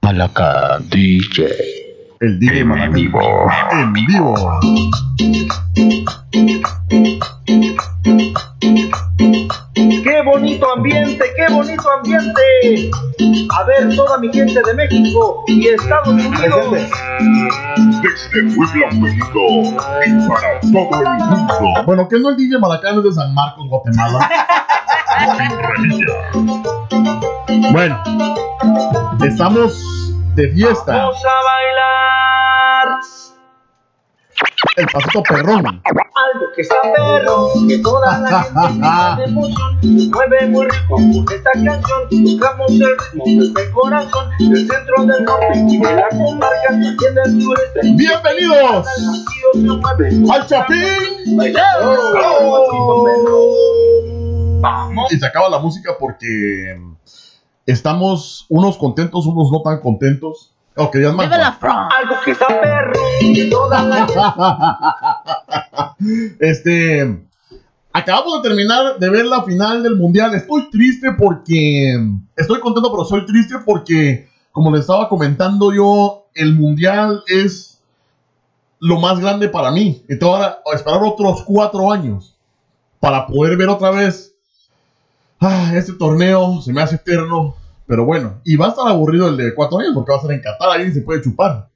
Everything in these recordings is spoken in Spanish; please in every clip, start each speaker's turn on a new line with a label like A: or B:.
A: Malaca DJ.
B: El DJ Malaca.
A: En vivo.
B: En vivo.
C: ¡Qué bonito ambiente! ¡Qué bonito ambiente! A ver, toda mi gente de México y Estados Unidos.
D: Desde Puebla, México y para todo el mundo.
B: Bueno, que no el DJ Malacán es de San Marcos, Guatemala.
D: Sin remilla.
B: bueno, estamos de fiesta.
C: Vamos a bailar
B: El pasito perrón.
C: algo que está perro, que toda la gente grita de emoción. Mueve muy rico con esta canción. Buscamos el ritmo desde el corazón, del centro del norte y de la comarca, y en el sureste.
B: Bienvenidos
C: El vacío se mueve.
B: al Chapín.
E: Oh.
C: Vamos.
B: Y se acaba la música porque estamos unos contentos, unos no tan contentos. Ok, ya es más.
F: Viva la Fran.
C: Algo que está perro, que toda la gente
B: Este. Acabamos de terminar de ver la final del mundial. Estoy triste porque. Estoy contento, pero soy triste porque, como les estaba comentando yo, el mundial es lo más grande para mí. Entonces, ahora, a esperar otros cuatro años para poder ver otra vez. Ah, este torneo se me hace eterno. Pero bueno, y va a estar aburrido el de cuatro años porque va a ser en Qatar. Ahí se puede chupar.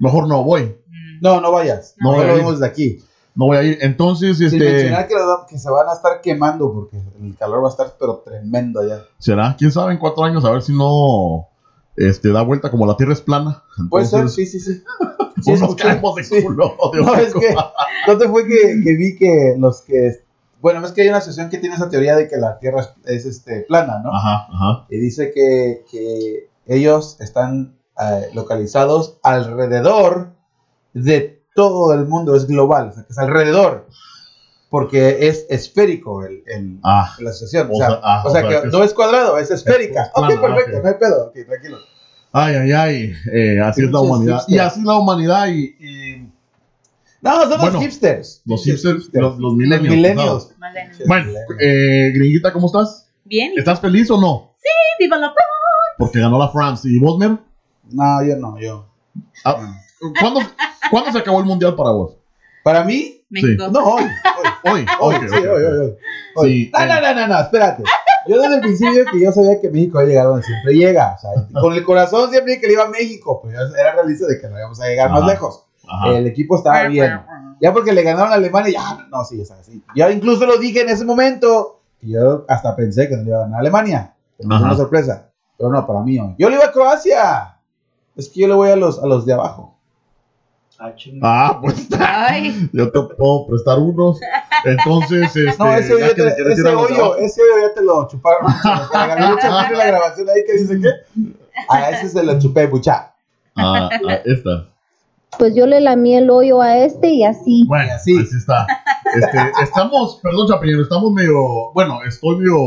B: Mejor no voy.
E: No, no vayas.
B: No
E: No,
B: voy a
E: lo
B: ir.
E: vemos desde aquí.
B: No voy a ir. Entonces,
E: Sin
B: este.
E: mencionar que, la- que se van a estar quemando porque el calor va a estar pero tremendo allá.
B: ¿Será? ¿Quién sabe en cuatro años? A ver si no este, da vuelta como la Tierra es plana.
E: Puede ser,
B: Entonces,
E: sí, sí, sí. sí,
B: unos
E: escuché.
B: calvos de
E: Sí.
B: culo. de
E: No, es
B: blanco.
E: que, no te fue que, que vi que los que... Bueno, es que hay una asociación que tiene esa teoría de que la Tierra es- es este, plana, ¿no?
B: Ajá, ajá.
E: Y dice que, que ellos están eh, localizados alrededor de todo el mundo, es global, o sea, que es alrededor, porque es esférico el, el-
B: Ah,
E: la asociación.
B: O
E: O sea,
B: sea, ah,
E: o sea
B: o sea,
E: que,
B: que es-
E: no es cuadrado, es esférica.
B: es plano,
E: ok, perfecto,
B: ok.
E: no hay pedo, ok, tranquilo.
B: ay, ay, ay. Eh, así es la
E: Pinches
B: humanidad. Y
E: hipsters.
B: así es la humanidad y, y
E: No, son
B: Bueno,
E: los hipsters.
B: los
E: Pinches
B: hipsters, los, los
E: Los
B: millennials.
E: millennials.
F: Malena.
B: ¿no? Bueno, eh, gringuita, ¿cómo estás?
F: Bien, y
B: ¿Estás feliz o no?
F: viva la Fran.
B: Porque ganó la France. ¿Y vos, Mer?
E: No, yo no, yo.
B: Ah.
E: No.
B: ¿Cuándo, ¿cuándo se acabó el mundial para vos?
E: Para mí,
F: México.
E: no, hoy. hoy.
B: Hoy.
E: Hoy,
B: ok,
E: sí,
B: ok,
E: hoy,
B: ok.
E: hoy, hoy. hoy.
B: Sí,
E: no,
B: eh.
E: no, no, no, no, espérate. Yo desde el principio que yo sabía que México iba a llegar donde siempre llega. O sea, con el corazón siempre dije que le iba a México, pero yo era realista de que no íbamos a llegar
B: Ajá.
E: más lejos.
B: Ajá.
E: El equipo estaba bien. Ya porque le ganaron a Alemania, ya, no, sí, es así. Yo incluso lo dije en ese momento, que yo hasta pensé que no le iba a ganar a Alemania. Pero fue
B: Ajá.
E: una sorpresa. Pero no, para mí, no. yo le iba a Croacia. Es que yo le voy a los, a los de abajo.
B: Ah, pues
F: Ay,
B: yo te puedo prestar unos. Entonces, este.
E: No, ese,
B: ya
E: hoyo
B: que
E: te-
B: le quieres
E: ese
B: tirar los de
E: hoyo,
B: abajo.
E: ese hoyo ya te lo chuparon. Se lo regaló el chaval en la grabación ahí que dice que a ese se lo chupé, mucha.
B: Ah, ah, esta.
G: Pues yo le lamí el hoyo a este y así.
B: Bueno, así,
E: así.
B: está. Este, estamos, perdón, Chapiñero, estamos medio, bueno, estoy medio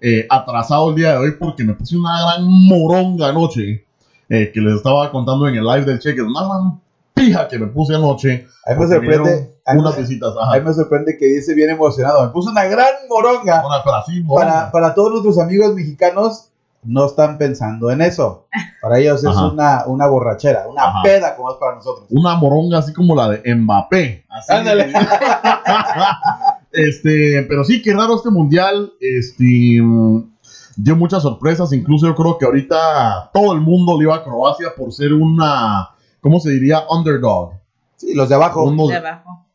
B: eh, atrasado el día de hoy porque me puse una gran moronga anoche eh, que les estaba contando en el live del cheque. Una gran pija que me puse anoche.
E: A mí me
B: porque vinieron
E: sorprende. A mí,
B: Unas visitas, ajá.
E: a mí me sorprende que dice bien emocionado. Me puso una gran moronga.
B: Una, pero así,
E: Para,
B: moronga.
E: para todos nuestros amigos mexicanos, no están pensando en eso. Para ellos es
B: Ajá.
E: una, una borrachera, una
B: Ajá.
E: peda como es para nosotros.
B: Una moronga así como la de Mbappé. Así.
E: Ándale.
B: este, pero sí, qué raro este mundial. Este mm, dio muchas sorpresas. Incluso yo creo que ahorita todo el mundo le iba a Croacia por ser una, ¿cómo se diría? Underdog.
E: Sí, los de abajo.
B: Unos-
F: de abajo.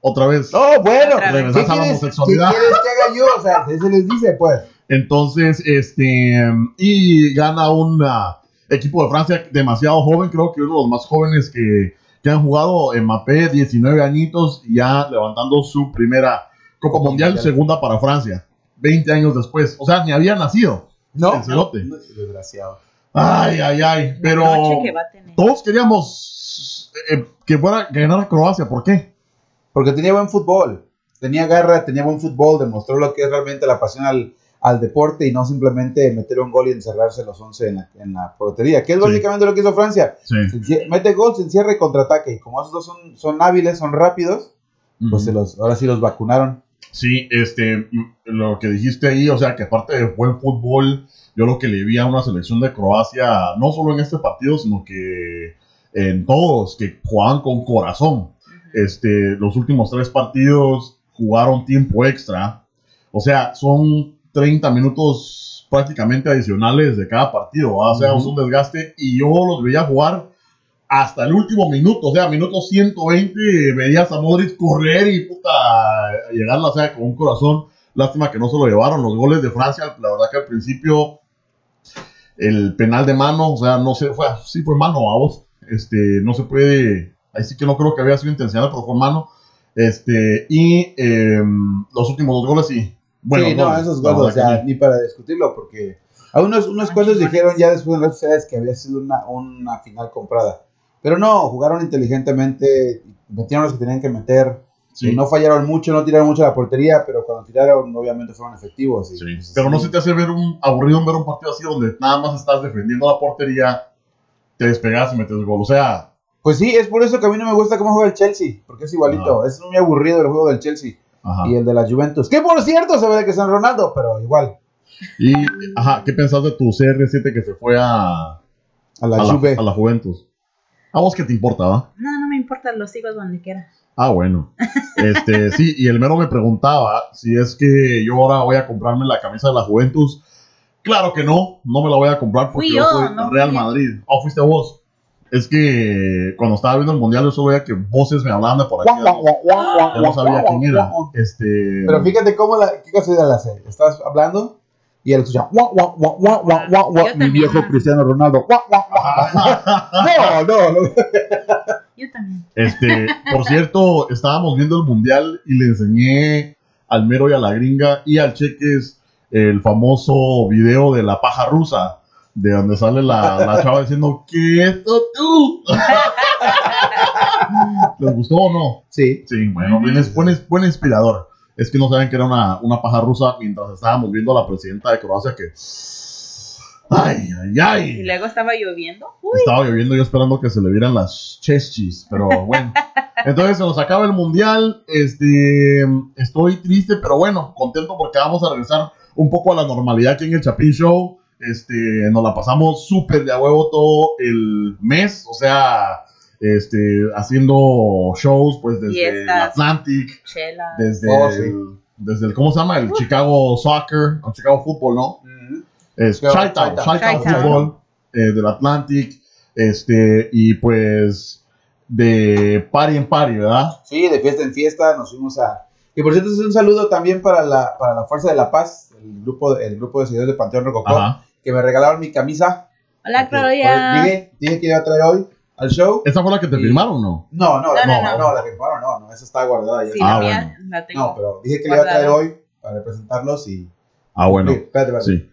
B: otra vez.
E: No, bueno.
F: Otra vez.
E: ¿Qué
B: Regresas a la
E: quieres, ¿Qué
B: homosexualidad.
E: quieres que haga yo? O sea, se les dice, pues.
B: Entonces, este, y gana un ah, equipo de Francia demasiado joven, creo que uno de los más jóvenes que, que han jugado en MAPE, 19 añitos, y ya levantando su primera Copa
E: Copa
B: Mundial,
E: Mundial.
B: segunda para Francia, 20 años después. O sea, ni había nacido.
E: No.
B: El cerote.
E: No, Desgraciado.
B: Ay, ay, ay, pero
F: La noche que va a tener.
B: todos queríamos eh, que fuera a ganar a Croacia, ¿por qué?
E: Porque tenía buen fútbol, tenía garra, tenía buen fútbol, demostró lo que es realmente la pasión al, al deporte y no simplemente meter un gol y encerrarse los 11 en la, en la portería, que es
B: Sí.
E: básicamente lo que hizo Francia.
B: Sí.
E: Se encie- mete gol, se pues encierra y contraataque. Y como esos dos son, son hábiles, son rápidos, pues se los, ahora sí los vacunaron.
B: Sí, este, lo que dijiste ahí, o sea, que aparte de buen fútbol, yo lo que le vi a una selección de Croacia, no solo en este partido, sino que en todos, que jugaban con corazón. Este, los últimos tres partidos jugaron tiempo extra, o sea, son 30 minutos prácticamente adicionales de cada partido, ¿va? o sea, es un desgaste, y yo los veía jugar hasta el último minuto, o sea, minuto 120, veías a Modric correr y puta, llegarla, o sea, con un corazón. Lástima que no se lo llevaron. Los goles de Francia, la verdad que al principio, el penal de mano, o sea, no sé, fue, sí fue mano, vamos. Este, no se puede, ahí sí que no creo que había sido intencional, pero fue mano. Este, y em, los últimos dos goles, sí. Bueno,
E: sí, no, esos goles, o sea, ni para discutirlo, porque a unos, unos cuantos dijeron ya después en redes sociales que había sido una, una final comprada. Pero no, jugaron inteligentemente, metieron los que tenían que meter, y no fallaron mucho, no tiraron mucho a la portería, pero cuando tiraron, obviamente fueron efectivos. y,
B: Sí,
E: pues,
B: Pero no
E: sí.
B: se te hace ver un aburrido ver un partido así donde nada más estás defendiendo la portería, te despegas y metes gol. O sea,
E: Pues sí, es por eso que a mí no me gusta cómo juega el Chelsea, porque es
B: Ah.
E: igualito, es muy aburrido el juego del Chelsea
B: ajá.
E: y el de la Juventus. Que por cierto, se ve de que San Ronaldo, pero igual,
B: Y, ajá, ¿qué pensás de tu CR7 que se fue a,
E: a
B: a
E: la
B: la,
E: Juve.
B: a la Juventus? ¿A vos qué te importa, va?
F: No, no me importa, lo sigo donde quiera.
B: Ah, bueno. Este, sí, y el mero me preguntaba si es que yo ahora voy a comprarme la camisa de la Juventus. Claro que no, no me la voy a comprar porque
F: Fui
B: yo
F: yo,
B: soy
F: no
B: Real
F: fui yo.
B: Madrid. Oh, fuiste vos. Es que cuando estaba viendo el mundial, yo solo veía que voces me hablaban de por aquí.
E: Guau, guau, guau, guau, guau,
B: Ya no sabía
E: guau,
B: quién era.
E: guau.
B: Este.
E: Pero fíjate cómo la, qué casualidad la hace. Estás hablando y él escucha guau, guau, guau, guau, guau, guau, guau,
F: Yo
E: mi
F: también.
E: viejo Cristiano Ronaldo. guau, guau, guau. No, no, no.
F: Yo también.
B: Este, por cierto, estábamos viendo el mundial y le enseñé al mero y a la gringa y al cheques el famoso video de la paja rusa, de donde sale la, la chava diciendo, ¿qué es esto tú? ¿Les gustó o no?
E: Sí.
B: Sí, bueno, bien, es, buen, es buen inspirador. Es que no saben que era una, una paja rusa mientras estábamos viendo a la presidenta de Croacia que... Ay, ay, ay.
F: Y luego estaba lloviendo. Uh, Uy,
B: Estaba lloviendo yo esperando que se le vieran las chestis, pero bueno. Entonces se nos acaba el mundial. Este, estoy triste, pero bueno, contento porque vamos a regresar un poco a la normalidad aquí en el Chapin Show. Este, nos la pasamos súper de a huevo todo el mes, o sea, este, haciendo shows pues desde el
F: Fiestas.
B: Atlantic,
F: chela.
B: desde,
E: Oh, sí.
B: el, desde el, ¿cómo se llama? El Chicago Soccer, o Chicago Football, ¿no? es
E: Claro,
B: Chi-Town,
E: Chi-Town.
B: Chi-Town
F: Chi-Town.
B: Football eh, del Atlantic, este, y pues de party en party, ¿verdad?
E: Sí, de fiesta en fiesta nos fuimos a... Y por cierto, es un saludo también para la, para la Fuerza de la Paz, el grupo, el grupo de seguidores de Panteón Rococó,
B: Ajá.
E: que me regalaron mi camisa.
F: Hola,
E: Hoy-
F: Gloria.
E: Dije, dije que iba a traer hoy al show.
B: ¿Esa fue la que te
E: Sí.
B: firmaron, no?
E: No,
F: No,
E: no,
F: no,
E: no, no,
F: no.
E: la que bueno, no, no, esa está guardada ya.
F: Sí,
B: Ah,
F: la mía
B: bueno.
F: la tengo.
E: No, pero dije que le iba a traer hoy para presentarlos y...
B: Ah, bueno,
E: Sí, espérate, espérate.
B: sí.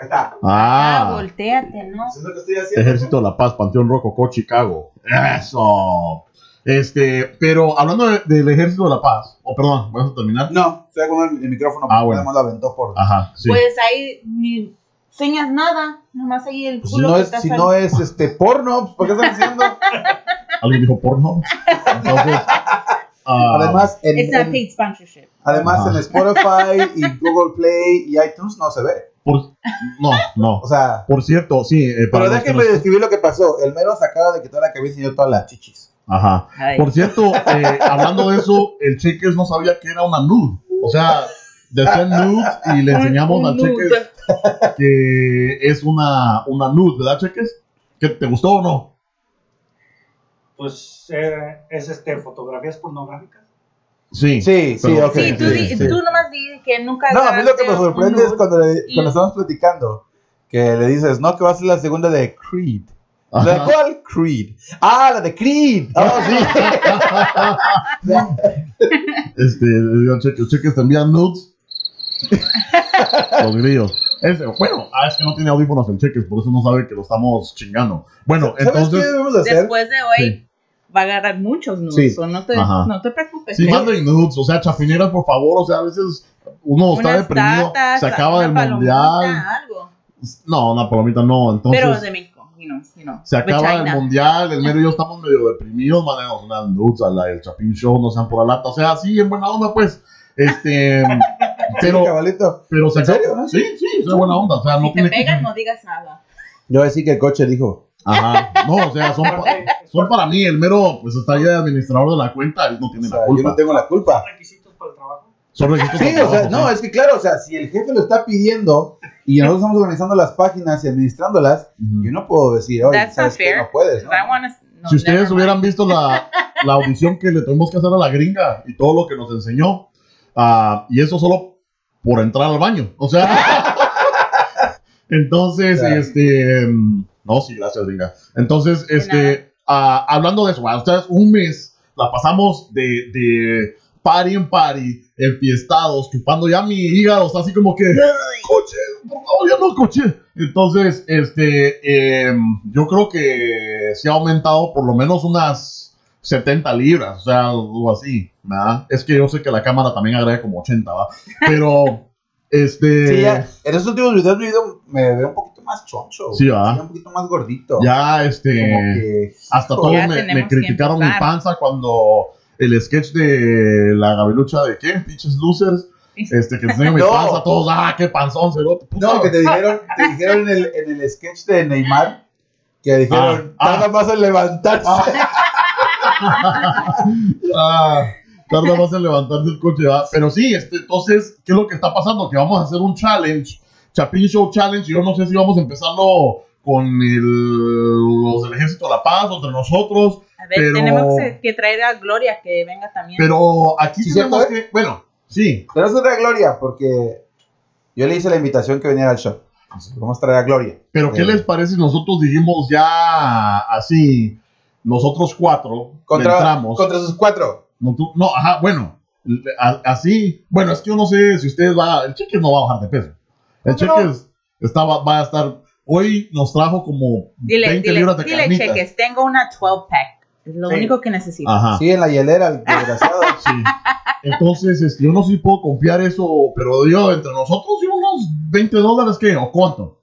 E: Ahí está.
F: Ah,
B: Ah,
F: volteate, ¿no?
E: Eso es lo que estoy haciendo.
B: Ejército de la Paz, Panteón Rococó, Chicago. Eso. Este, pero hablando de- del Ejército de la Paz, o oh, perdón, ¿vas a terminar?
E: No, estoy con el, el micrófono
B: Ah,
E: porque
B: bueno. Ah.
E: además lo aventó por.
B: Ajá, sí.
F: Pues ahí ni señas nada. Nomás ahí el
E: Pues
F: culo
E: si no
F: que
E: es,
F: está
E: si
F: saliendo.
E: no es este porno, pues, ¿por qué están diciendo?
B: Ah. Alguien dijo porno. Entonces, ah,
E: además, en,
F: It's a
E: en-
F: paid sponsorship.
E: además
B: Ajá.
E: en Spotify y Google Play y iTunes no se ve.
B: por- no, no.
E: O sea,
B: Por cierto, sí. eh, para
E: pero
B: los que
E: déjenme
B: nos-
E: describir lo que pasó. El mero sacaba de que toda la cabeza y yo todas las chichis.
B: Ajá.
F: Ay.
B: Por cierto, eh, hablando de eso, el Cheques no sabía que era una nude. O sea, decía nude y le enseñamos
F: Un
B: al
F: nude.
B: Cheques que es una, una nude, ¿verdad, Cheques? ¿Que ¿Te gustó o no?
A: Pues eh, es este, fotografías pornográficas.
B: Sí.
E: Sí, sí,
B: Pero-
E: ok.
F: Sí, tú, di-
B: sí, sí.
F: tú nomás di que nunca.
E: No, a mí lo que me
F: agarraste
E: sorprende
F: un
E: es cuando, le-
F: y-
E: cuando estamos platicando que le dices, no, que va a ser la segunda de Creed. ¿La de
B: Ajá.
E: cuál? Creed. Ah, la de Creed. Oh, sí.
B: Este, le digo al Cheques, Cheques te envía nudes. Los grillos. Ese, bueno, ah, es que no tiene audífonos el Cheques, por eso no sabe que lo estamos chingando. Bueno,
E: ¿Sabes qué
B: entonces.
E: debemos hacer?
F: Después de hoy
B: Sí.
F: va a agarrar muchos nudos.
E: Sí.
F: o No, te,
B: Ajá.
F: no te preocupes.
B: Sí,
F: ¿eh?
B: manden nudes, o sea, chafineras, por favor, o sea, a veces uno está
F: Unas
B: deprimido,
F: tatas,
B: se acaba
F: una
B: del
F: palomita,
B: mundial.
F: algo.
B: No, una palomita no, entonces
F: Pero de México, you know, you know,
B: se acaba
F: Vagina.
B: el mundial, el mero y yo estamos medio deprimidos, mandemos unas nudes a la del Chapín Show, no sean por la lata, o sea, sí, en buena onda, pues. Este, pero,
E: Cabalito.
B: pero se
E: ¿En serio, no?
B: Sí, sí, es buena onda. O sea, no
F: Si te
B: tiene.
F: pegan, no digas nada.
E: Yo decía que el coche dijo.
B: Ajá. No, o sea, son, pa-
A: Aparte, es
B: son para mí el mero, pues está ahí el administrador de la cuenta, él no
E: o
B: tiene
E: sea,
B: la
E: yo
B: culpa.
E: no tengo la culpa.
A: requisitos para el trabajo.
B: Son requisitos
E: Sí,
B: de
E: o sea,
B: trabajo,
E: no,
B: sí.
E: es que claro, o sea, si el jefe lo está pidiendo y nosotros estamos organizando las páginas y administrándolas,
B: Ujú.
E: yo no puedo decir, oye,
H: That's
E: ¿sabes
H: not
E: qué?
H: fair.
E: No puedes, ¿no?
H: I wanna- no,
B: si ustedes
H: never mind.
B: hubieran visto la, la audición que le tuvimos que hacer a la gringa y todo lo que nos enseñó, ah, y eso solo por entrar al baño, o sea. Entonces,
E: Claro.
B: este. mm, No, sí, gracias, gringa. Entonces, este. ah, hablando de eso, ah, ustedes un mes la pasamos de, de party en party, enfiestados, chupando ya mi hígado, está así como que. ¡Coche! ¡Por favor, ya no coche! Entonces, este, em, yo creo que se ha aumentado por lo menos unas 70 libras, o sea, algo así, ¿verdad? Es que yo sé que la cámara también agrega como 80, ¿va? Pero, este,
E: Sí, ya,
B: ya.
E: en esos últimos videos mi video me veo un poquito más choncho.
B: Sí, ¿verdad?
E: me veo un poquito más gordito. Como
B: este,
E: que,
B: hasta
E: hijo,
B: todos
H: ya
B: me, me
H: tenemos que
B: criticaron mi
H: empezar.
B: panza cuando el sketch de la gabelucha de, ¿qué? Pinches losers. Este, que enseño mi
E: No.
B: panza, todos, ah, qué panzón, cerote, puta.
E: No, que te dijeron, te dijeron en el, en el sketch de Neymar que dijeron,
B: Ah, ah.
E: nada más en levantarse.
B: Ah, tarda más en levantarse el coche. ¿verdad? Pero sí, este, entonces, ¿qué es lo que está pasando? Que vamos a hacer un challenge, Chapin Show Challenge. Yo no sé si vamos a empezarlo con el- los del Ejército de la Paz, o entre nosotros,
H: A ver,
B: pero-
H: tenemos que- que traer a Gloria que venga también.
B: pero aquí
E: Sí,
B: tenemos
E: ¿cierto, eh?
B: que. Bueno, sí.
E: Pero es otra gloria, porque yo le hice la invitación que viniera al show. Vamos a traer a Gloria.
B: Pero, ¿qué
E: Eh,
B: les parece si nosotros dijimos ya así, nosotros cuatro, le
E: Contra,
B: entramos?
E: contra sus cuatro.
B: No, tú- no, ajá, bueno, le- a- así. Bueno, es que yo no sé si ustedes va. El cheque no va a bajar de peso. El
E: ¿Cómo que
B: cheque es- está, va, va a estar. Hoy nos trajo como
H: dile,
B: 20
H: dile,
B: libras de
H: dile,
B: carnitas.
H: cheques, tengo una 12 pack. Es lo
A: Sí.
H: único que necesito.
B: Ajá.
E: Sí, en la hielera, el desgraciado.
B: sí. Entonces, este, yo no sé si puedo confiar eso, pero yo entre nosotros, yo unos 20 dólares, ¿qué? ¿O cuánto?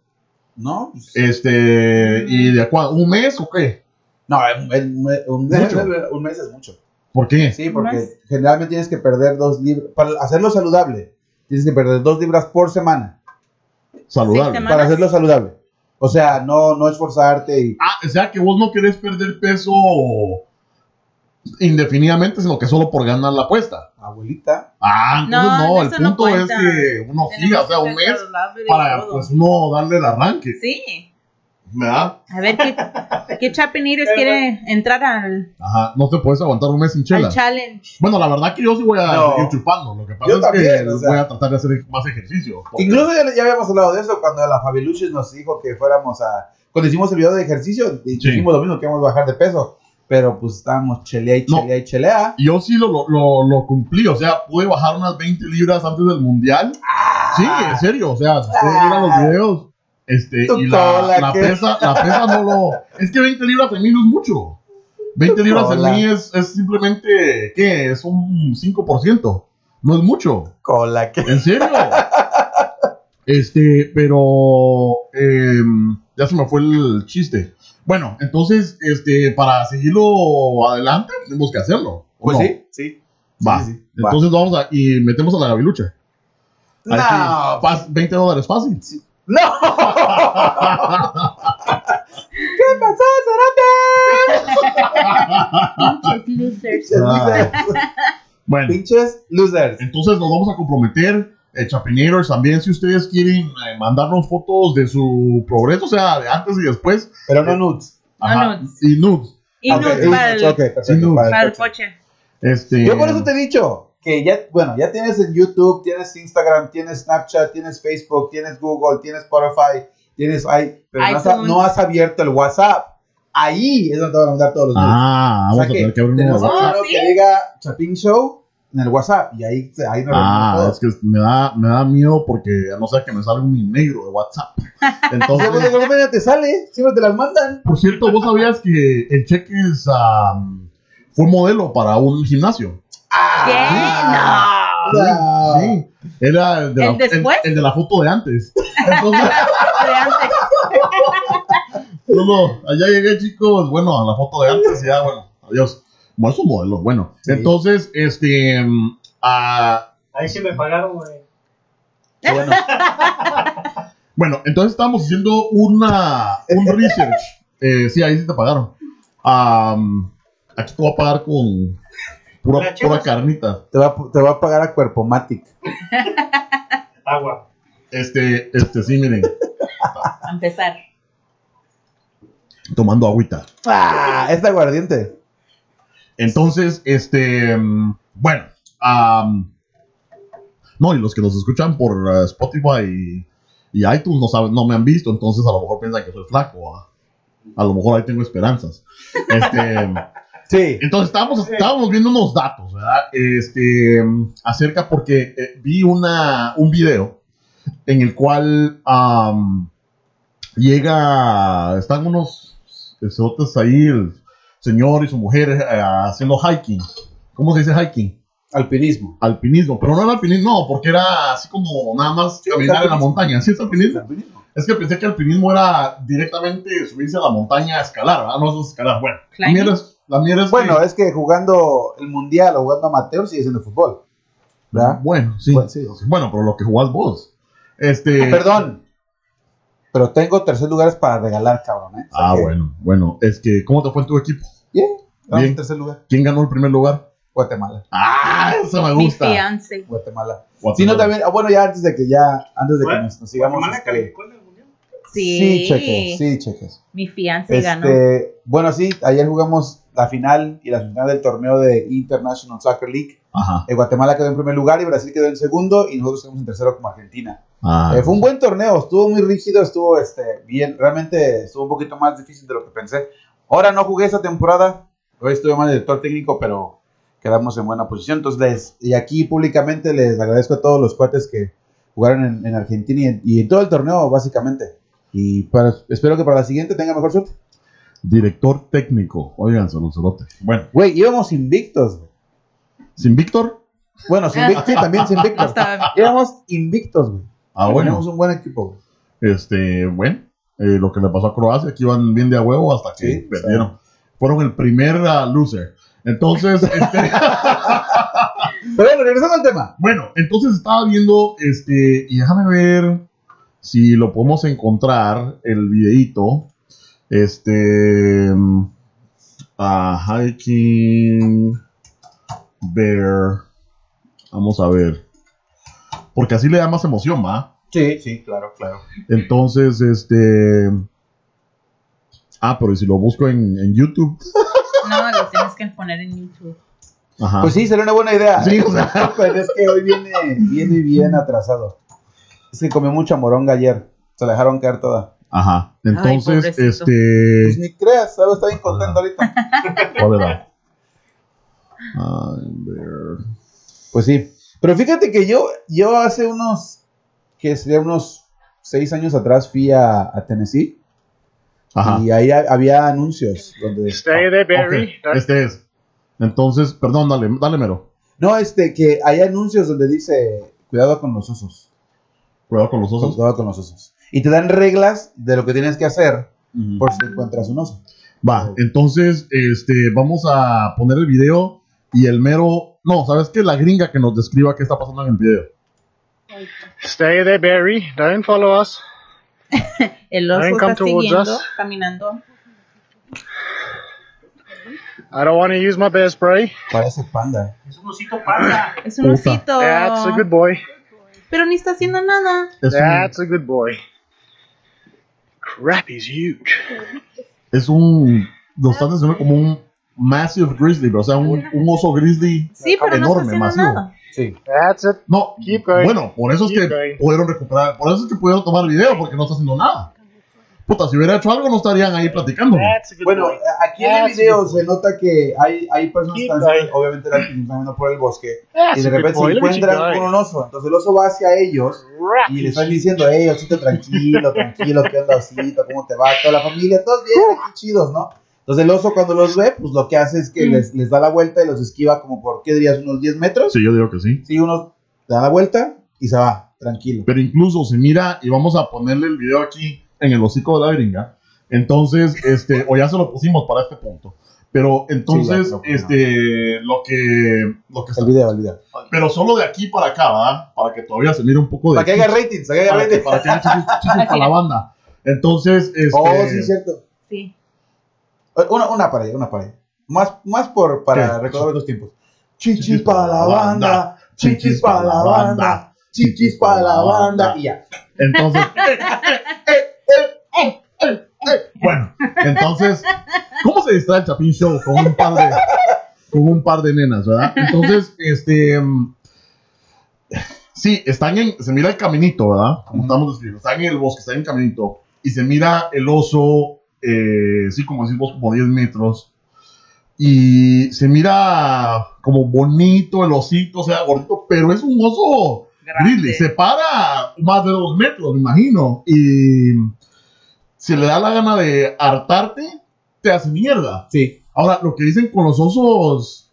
E: ¿No? pues,
B: Este, ¿y de cuánto? ¿Un mes o qué?
E: No, un, un- un-
B: Mucho.
E: un mes es mucho.
B: ¿Por qué?
E: Sí, porque
H: mes?
E: generalmente tienes que perder dos libras. Para hacerlo saludable, tienes que perder dos libras por semana.
B: Saludable.
H: semanas.
E: Para hacerlo saludable. O sea, no, no esforzarte y
B: Ah, o sea que vos no querés perder peso indefinidamente, sino que solo por ganar la apuesta.
E: abuelita.
B: Ah, entonces no,
H: No,
B: el
H: eso no
B: punto es
H: cuenta.
B: que uno
H: Tenemos
B: siga, o
H: que
B: sea, un
H: ser
B: mes
H: saludables y
B: para
H: todo.
B: pues uno darle el arranque,
H: Sí.
B: ¿verdad?
H: A ver, ¿qué, qué Chapinires quiere entrar al,
B: Ajá, no te puedes aguantar un mes sin
H: al
B: chela.
H: challenge?
B: Bueno, la verdad que yo sí voy a
E: No.
B: seguir chupando, lo que pasa
E: Yo
B: es
E: también,
B: que
E: o sea.
B: voy a tratar de hacer más ejercicio. porque-
E: Incluso ya, ya habíamos hablado de eso cuando la Fabiluchis nos dijo que fuéramos a. Cuando hicimos el video de ejercicio,
B: Sí.
E: dijimos lo mismo, que íbamos a bajar de peso. Pero pues estábamos chelea y
B: No.
E: chelea y chelea.
B: Y yo sí lo, lo, lo, lo cumplí, o sea, pude bajar unas 20 libras antes del mundial.
E: Ah.
B: Sí, en serio, o sea, si ustedes miran los videos, este,
E: Tú
B: y la,
E: cola,
B: la
E: ¿qué?
B: pesa, la pesa no lo... Es que 20 libras en mí no es mucho. 20 libras en
E: cola.
B: mí es, es simplemente, ¿qué? Es un 5%. No es mucho,
E: Cola que.
B: en serio. Este, pero em, ya se me fue el chiste. Bueno, entonces, este, para seguirlo adelante, tenemos que hacerlo. ¿o
E: Pues
B: no?
E: sí, sí.
B: Va.
E: Sí, sí, sí. Va.
B: Entonces vamos a. Y metemos a la gavilucha. A ver
E: No,
B: si- pas- 20 dólares fácil.
E: no.
F: Pinches losers.
B: Ah. Bueno,
E: Pinches losers.
B: entonces nos vamos a comprometer. Eh, Chapinators, también si ustedes quieren eh, mandarnos fotos de su progreso, o sea, de antes y después.
E: Pero no nudes.
B: Ajá,
H: nudes.
B: Y nudes.
H: Y
E: Ok,
H: nudes
E: y
H: para el,
E: nudes, ok, perfecto,
B: Sin nudes.
E: para el
H: para el
E: coche.
H: coche.
B: Este,
E: Yo por eso te he dicho que ya, bueno, ya tienes en YouTube, tienes Instagram, tienes Snapchat, tienes Facebook, tienes Google, tienes Spotify, tienes ahí, pero no has,
H: iTunes.
E: no has abierto el WhatsApp. Ahí es donde te van a mandar todos los nudes.
B: Ah,
E: O
B: vamos
E: sea
B: a tener que abrir un
E: tenemos
B: nuevo.
H: WhatsApp.
E: uno
H: Oh,
E: que
H: ¿sí?
E: diga Chapin Show en el WhatsApp y ahí, ahí nos reunimos
B: Ah,
E: todos.
B: es que me da, me da miedo porque a no ser que me salga un negro de WhatsApp. Entonces,
E: Luego, luego, luego pues, ya te sale, siempre te las mandan.
B: Por cierto, ¿vos sabías que el Cheques am, fue modelo para un gimnasio?
H: ¿Qué?
B: Ah.
E: O sea,
B: Sí. Era el de,
H: ¿El
B: la, el-
H: después?
B: el de la foto de antes. Entonces,
H: No. de antes.
B: no, no, allá llegué, chicos. Bueno, a la foto de antes, ya, bueno, adiós. Bueno, es un modelo, bueno.
E: Sí.
B: Entonces, este. am, ah,
A: Ahí sí me pagaron, güey.
E: Qué bueno.
B: Bueno, entonces estábamos haciendo una, un research. Eh, sí, ahí sí te pagaron. Am, aquí te voy a pagar con pura,
A: Las
B: pura
A: chivas.
B: carnita.
E: Te va, a- te va a pagar a Cuerpomatic.
A: Agua.
B: Este, este, sí, miren,
H: A empezar.
B: tomando agüita.
E: ¡Ah! Es de aguardiente.
B: Entonces, este, mm, bueno, am, no, y los que nos escuchan por eh, Spotify y, y iTunes no saben, no me han visto, entonces a lo mejor piensan que soy flaco. ¿va? A lo mejor ahí tengo esperanzas. Este.
E: Sí.
B: Entonces estábamos,
A: Sí.
B: estábamos viendo unos datos, ¿verdad? Este, acerca porque eh, vi una, un video en el cual am, llega, están unos cerotes ahí, el señor y su mujer eh, haciendo hiking. ¿Cómo se dice hiking?
E: Alpinismo.
B: Alpinismo, pero no era alpinismo, no, porque era así como nada más caminar en la
E: alpinismo.
B: montaña. ¿Sí es alpinismo?
E: Alpinismo.
B: Es que pensé que alpinismo era directamente subirse a la montaña a escalar, ¿verdad? No eso es escalar, bueno. La
H: Climbing.
B: mierda es- la mierda es que-
E: Bueno, es que jugando el mundial o jugando amateur sigue siendo fútbol. ¿Verdad?
B: Bueno, Pues, sí.
E: Bueno, sí, o sea.
B: Bueno, pero lo que jugás vos. Este.
E: Ah, Perdón. Pero tengo tercer lugares para regalar, cabrón. ¿eh? O sea
B: Ah,
E: que-
B: bueno, bueno. Es que, ¿cómo te fue en tu equipo?
E: Bien. Vamos
B: Bien.
E: en tercer lugar.
B: ¿Quién ganó el primer lugar?
E: Guatemala.
B: ¡Ah! Eso me
H: Mi
B: gusta.
H: fiancé.
E: Guatemala.
B: Guatemala.
E: Si no, también. ah, bueno, ya antes de que ya. Antes de que
A: Bueno,
E: nos, nos sigamos.
A: Guatemala
E: este,
A: calificó en el mundial.
H: Sí.
E: Sí, cheques. Sí, cheques.
H: Mi fiancé ganó.
B: ah.
E: Este, bueno, sí, ayer jugamos la final y la final del torneo de International Soccer League.
B: Ajá.
E: Eh, Guatemala quedó en primer lugar y Brasil quedó en segundo y nosotros quedamos en tercero como Argentina.
B: Ah,
E: Eh, fue un buen torneo, estuvo muy rígido, estuvo este, bien, realmente estuvo un poquito más difícil de lo que pensé. Ahora no jugué esa temporada, hoy estuve más de director técnico, pero quedamos en buena posición. Entonces, les- y aquí públicamente les agradezco a todos los cuates que jugaron en, en Argentina y en, y en todo el torneo, básicamente. Y para- espero que para la siguiente tenga mejor suerte.
B: Director técnico. Oigan, saludote. Bueno,
E: Güey, íbamos invictos. güey.
B: ¿sin Víctor?
E: Bueno, sin Vic- sí, también sin Víctor.
H: Hasta-
E: Íbamos invictos, güey.
B: Ah, bueno.
E: Tenemos un buen equipo, güey.
B: Este, bueno. eh, lo que le pasó a Croacia, que iban bien de a huevo hasta que
E: Sí,
B: perdieron. Fueron el primer ah, loser. Entonces, este.
E: Pero bueno, regresando al tema.
B: Bueno, entonces estaba viendo, este, y déjame ver si lo podemos encontrar, el videíto, este, mm, ah, Hiking Bear, vamos a ver, porque así le da más emoción, ¿va?
E: Sí, sí, claro, claro.
B: Entonces, este, ah, pero ¿y si lo busco en, en YouTube,
H: No, lo tienes que poner en YouTube.
B: ajá.
E: Pues sí, sería una buena idea.
B: Sí, o sea.
E: Pero es que hoy viene, viene bien atrasado. Es que comió mucha moronga ayer. Se la dejaron caer toda.
B: Ajá, entonces,
H: pobrecito.
B: este...
E: Pues ni creas, ¿sabes? Está bien contento ahorita.
B: ¿Cuál era? I'm there.
E: Pues sí. Pero fíjate que yo, yo hace unos, que sería unos seis años atrás fui a, a Tennessee
B: Ajá.
E: y ahí ha- había anuncios donde...
C: de
B: este, Ok, Este es. Entonces, perdón, dale, dale mero.
E: No, este, que hay anuncios donde dice, cuidado con los osos.
B: Cuidado con los osos.
E: Cuidado con los osos. Y te dan reglas de lo que tienes que hacer
B: Ujú.
E: por si encuentras un oso.
B: Va, entonces, este, vamos a poner el video y el mero. No, ¿sabes qué? La gringa que nos describa qué está pasando en el video.
C: Stay there, Barry. Don't follow us.
H: El
C: Ven,
H: oso
C: come
H: está
C: towards
H: siguiendo,
C: us.
H: caminando.
C: I don't want to use my bear spray.
E: Parece panda.
A: Es un osito panda.
H: Es un
B: Puta.
H: osito.
C: That's a Eh, ah, good boy.
H: Pero ni está haciendo nada.
B: Es un,
C: That's a good boy. Crap, he's huge.
B: es un. Lo están haciendo como un Massive Grizzly, pero, o sea, un, un oso grizzly.
H: Sí, pero no está
B: enorme,
H: haciendo
B: masivo.
H: nada.
E: Sí.
C: That's it.
B: No,
C: Keep going.
B: bueno, por eso es que
C: Keep going.
B: pudieron recuperar. Por eso es que pudieron tomar video, porque no está haciendo nada. Puta, si hubiera hecho algo, no estarían ahí platicando.
C: That's a good
E: Bueno,
C: boy.
E: aquí en el
C: That's
E: video
C: good boy.
E: se nota que hay, hay personas que están,
C: Keep going.
E: obviamente, las que están caminando por el bosque
C: That's
E: y de
C: a good
E: repente
C: boy.
E: se
C: Look at you
E: encuentran con
C: go.
E: un oso. Entonces el oso va hacia ellos
C: Crap,
E: y le
C: he's
E: están diciendo, hey, osito, tranquilo, tranquilo, ¿qué onda, osito? ¿Cómo te va? Toda la familia, todos bien, aquí chidos, ¿no? Entonces el oso cuando los ve, pues lo que hace es que les, les da la vuelta y los esquiva como por, ¿qué dirías? ¿Unos 10 metros?
B: Sí, yo digo que sí.
E: Sí, uno da la vuelta y se va, tranquilo.
B: pero incluso se mira, y vamos a ponerle el video aquí en el hocico de la gringa, Entonces, este, o ya se lo pusimos para este punto. Pero entonces,
E: Sí, ya, creo que
B: este, lo que, lo que
E: El video, el video.
B: pero solo de aquí para acá, ¿verdad? Para que todavía se mire un poco de
E: Para que haga ratings, para que haga
B: para que,
E: ratings.
B: para que haya chichis- chichis para la banda. Entonces, este,
E: Oh, sí, cierto.
H: Sí.
E: Eh, Una, una para allá, una para allá. Más, más por, para
B: ¿Qué?
E: recordar los tiempos.
B: Chichis
E: Chichis
B: pa'
E: para la
B: la
E: banda, chichis para la banda, chichis para la banda. Y ya.
B: Entonces. bueno, entonces, ¿cómo se distrae el Chapín Show con un par de, con un par de nenas, verdad? Entonces, este. mm, Sí, están en. Se mira el caminito, ¿verdad? Como estamos describiendo. Están en el bosque, están en el caminito. Y se mira el oso, eh, sí, como decimos, como 10 metros. Y se mira como bonito el osito, o sea, gordito, pero es un oso. Grizzly se para más de dos metros, me imagino. Y si le da la gana de hartarte, te hace mierda.
E: Sí.
B: Ahora, lo que dicen con los osos,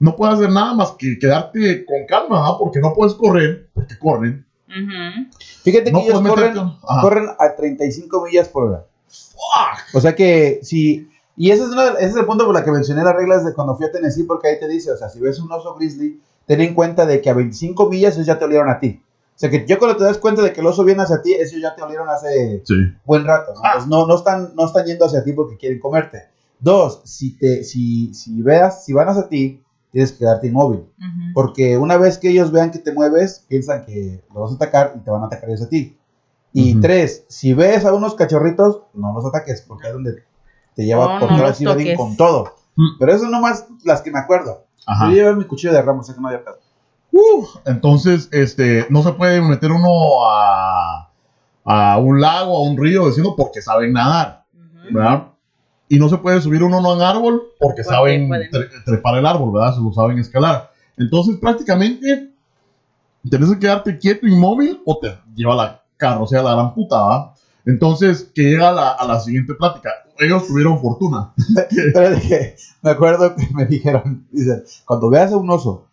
B: no puedes hacer nada más que quedarte con calma, ¿ah? porque no puedes correr, porque corren.
H: Ujú.
E: Fíjate que
B: No
E: ellos
B: puedes
E: corren,
B: meterte. Ajá.
E: corren a 35 millas por hora.
B: Fuck.
E: O sea que si. Y ese es, una de- ese es el punto por la que mencioné las reglas de cuando fui a Tennessee, porque ahí te dice, o sea, si ves un oso grizzly, ten en cuenta de que a 25 millas ellos ya te olieron a ti. O sea que yo cuando te das cuenta de que el oso viene hacia ti, ellos ya te olieron hace
B: Sí.
E: buen rato. ¿no?
H: Ah.
E: Pues no, no, están, no están yendo hacia ti porque quieren comerte. Dos, si, te, si, si, veas, si van hacia ti, tienes que quedarte inmóvil.
H: Ujú.
E: Porque una vez que ellos vean que te mueves, piensan que lo vas a atacar y te van a atacar ellos a ti. Y
B: Ujú.
E: tres, si ves a unos cachorritos, no los ataques, porque es donde te lleva
H: No,
E: por
H: no
E: todo
H: los
E: así, ven
H: toques.
E: con todo.
B: Mm.
E: Pero eso nomás las que me acuerdo.
B: Ajá.
E: Yo llevo mi cuchillo de ramo, o sea que no había pedo.
B: Uf, entonces, este, no se puede meter uno a, a un lago, a un río, diciendo porque saben nadar.
H: Ujú.
B: ¿verdad? Y no se puede subir uno a un árbol porque
H: Porque
B: saben
H: pueden.
B: tre- trepar el árbol, ¿verdad? Se lo saben escalar. Entonces, prácticamente, tenés que quedarte quieto, inmóvil, o te lleva la carro, o sea, la gran puta, ¿verdad? Entonces, que llega a la, a la siguiente plática. Ellos tuvieron fortuna.
E: Pero dije, me acuerdo que me dijeron, dicen, cuando veas a un oso,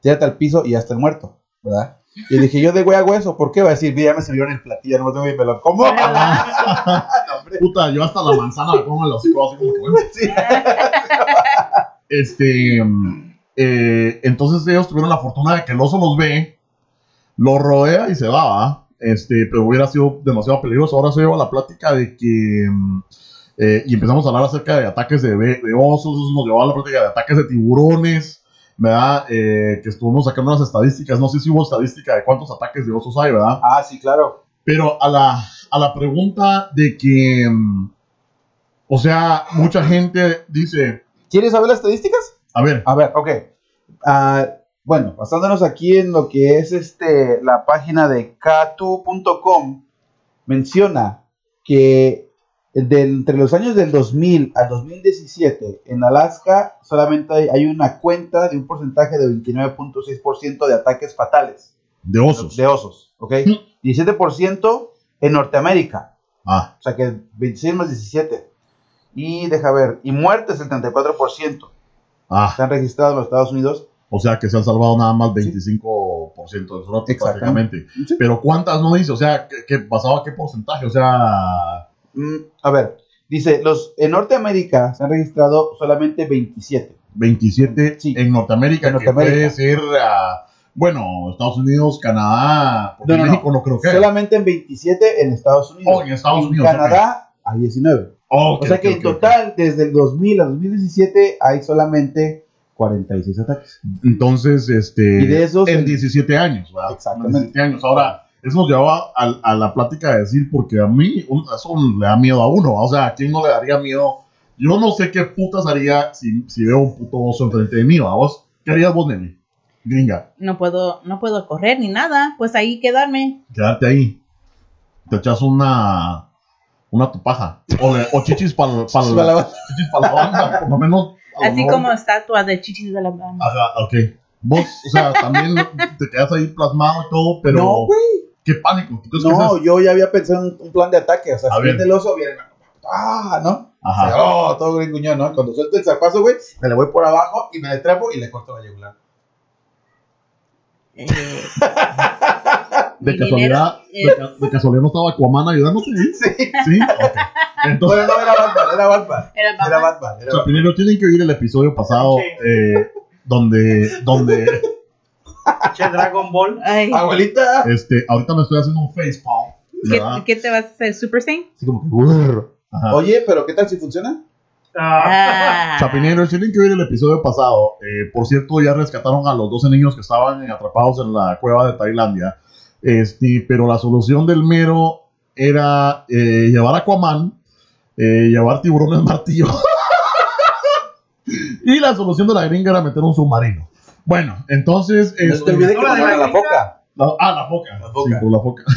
E: tírate al piso y hasta el muerto, ¿verdad? Y dije, yo de güey hago eso, ¿por qué? Va a decir, mira, ya me sirvieron el platillo, no me tengo mi pelón. ¿Cómo?
B: Ah.
E: No, hombre.
B: Puta, yo hasta la manzana me pongo en los hocico, así como que, bueno.
E: Sí.
B: Este, mm, eh, entonces ellos tuvieron la fortuna de que el oso los ve, los rodea y se va, ¿va? Este, pero hubiera sido demasiado peligroso. Ahora se lleva la plática de que. mm, eh, y empezamos a hablar acerca de ataques de, be- de osos, nos llevaba a la plática de ataques de tiburones, ¿verdad? Eh, que estuvimos sacando las estadísticas. No sé si hubo estadística de cuántos ataques de osos hay, ¿verdad?
E: Ah, sí, claro.
B: Pero a la, a la pregunta de que. mm, o sea, mucha gente dice.
E: ¿Quieres saber las estadísticas?
B: A ver,
E: A ver, ok. Ah, bueno, basándonos aquí en lo que es este la página de katu.com, menciona que de- entre los años del 2000 al 2017 en Alaska solamente hay, hay una cuenta de un porcentaje de 29.6% de ataques fatales
B: de osos.
E: de osos, ¿ok? 17% en Norteamérica,
B: Ah,
E: o sea que 26 más 17. Y deja ver, y muertes el 34%.
B: ah.
E: Están registrados en los Estados Unidos
B: O sea que se han salvado nada más 25% de los ratos
E: Exactamente.
B: prácticamente. Pero ¿cuántas no dice? O sea, ¿qué, qué pasaba? ¿Qué porcentaje? O sea,
E: Mm, a ver, dice, los en Norteamérica se han registrado solamente 27.
B: 27
E: Sí.
B: en Norteamérica,
E: En
B: que
E: Norteamérica.
B: puede ser, ah, bueno, Estados Unidos, Canadá, porque
E: No, no, no.
B: México no, creo que.
E: Solamente en 27 en Estados Unidos.
B: Oh, en Estados
E: En
B: Unidos.
E: Canadá hay 19.
B: ok. Ok,
E: o sea
B: ok,
E: que
B: ok,
E: en
B: ok.
E: total, desde el 2000 al 2017, hay solamente 46 ataques.
B: Entonces, este.
E: Y de esos-
B: En 17 años, ¿verdad?
E: Exactamente.
B: En 17 años. Ahora, eso nos llevaba a, a la plática de decir, porque a mí, un- eso le da miedo a uno. ¿va? O sea, ¿a quién no le daría miedo? Yo no sé qué putas haría si, si veo un puto oso enfrente de mí, ¿va? ¿Vos? ¿Qué harías vos, Nene? Gringa,
H: No puedo, no puedo correr ni nada, pues ahí quedarme.
B: quedarte ahí. Te echas una. Una tupaja. O, le- o chichis para
E: Para la-
B: la banda, por lo menos. a lo
H: Así
B: mejor-
H: como estatua de chichis de la banda.
E: Ah,
B: Ajá, ok. Vos, o sea, también te quedas ahí plasmado y todo, pero.
E: No, güey.
B: ¡Qué pánico! ¿Tú crees que
E: No,
B: esas-
E: yo ya había pensado en un plan de ataque. O sea,
B: A
E: si
B: ver.
E: viene el oso, viene. Ah, ¿no? O sea,
B: Ajá.
E: oh, todo gringuñón, ¿no? Cuando suelto el zarpazo, güey, me le voy por abajo y me le trepo y le corto la yugular.
H: Eh,
B: De
H: mi
B: casualidad,
H: dinero
B: de, ca- de casualidad no estaba Aquaman ayudándote. Sí. ¿Sí? Ok. Entonces,
E: Bueno, no era Batman, era Batman.
H: Era Batman.
E: Era Batman. era
B: o sea, primero tienen que oír el episodio pasado eh, donde, donde
A: Che, Dragon Ball.
H: Ay,
E: Batman. Abuelita.
B: este, ahorita me estoy haciendo un facepalm.
H: ¿qué,
B: ¿verdad?
H: qué te vas a hacer? ¿Super Saiyan?
B: Así como que, "Urr". Ajá.
E: Oye, pero ¿qué tal si funciona?
A: Ah,
H: Ah.
B: Chapineros, tienen que ver el episodio pasado. Eh, por cierto, ya rescataron a los 12 niños que estaban eh, atrapados en la cueva de Tailandia. Este, pero la solución del mero era eh, llevar a Aquaman, eh, llevar tiburones martillo. y la solución de la gringa era meter un submarino. Bueno, entonces.
E: No te
B: este-
E: olvides que
A: Hola, de
E: mandaron
A: la
E: a la
A: gringa.
E: foca.
B: la- ah, la foca.
E: La foca.
B: Sí, por la foca.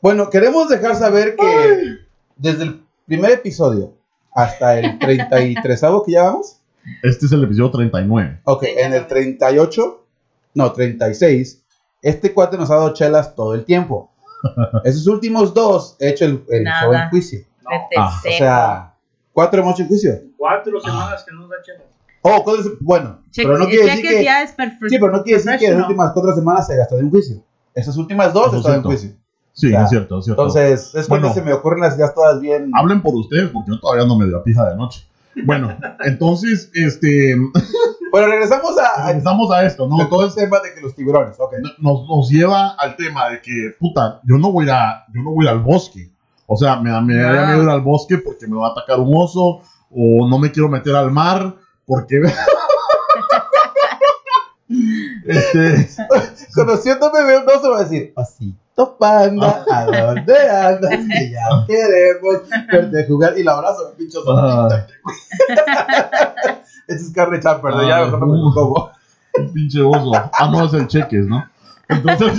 E: Bueno, queremos dejar saber que desde el primer episodio hasta el 33 que ya vamos.
B: Este es el episodio 39.
E: Ok, en el 38, no, 36, este cuate nos ha dado chelas todo el tiempo. Esos últimos dos he hecho el, el
H: Nada.
E: joven juicio.
H: Vete,
B: Ah,
H: seco.
E: O sea, cuatro hemos hecho el juicio.
A: cuatro semanas que nos da chela.
E: Oh, ¿cuál es? bueno,
H: Check-
E: pero no quiere decir
H: cheques
E: que...
H: ya es perfecto.
E: Sí, pero no quiere decir que las
H: Professional.
E: últimas cuatro semanas se gastó de un juicio. Esas últimas dos
B: Eso es
E: están en
B: cierto.
E: juicio.
B: Sí,
E: O sea,
B: es cierto, es cierto.
E: Entonces, es cuando
B: Bueno. Ah,
E: se me ocurren las ideas todas bien.
B: hablen por ustedes porque yo todavía no me dio pija de noche. Bueno, entonces, este,
E: Bueno, regresamos a, a
B: regresamos a esto, ¿no?
E: a todo el
B: Entonces,
E: tema de que los tiburones, ok.
B: nos, nos lleva al tema de que, puta, yo no voy a, ir a- yo no voy a ir al bosque. O sea, me, da- me daría
H: Ah.
B: miedo ir al bosque porque me va a atacar un oso o no me quiero meter al mar porque... este,
E: Conociéndome veo no se va a decir, pasito panda,
B: Ah.
E: ¿a dónde andas? Que ya queremos verte jugar. Y la abrazo, pincho
B: ah,
E: Ese es carne champer,
B: Ah,
E: ya mejor no me
B: uh.
E: lo como.
B: un pinche oso. Ah, no, es el cheques, ¿no? Entonces...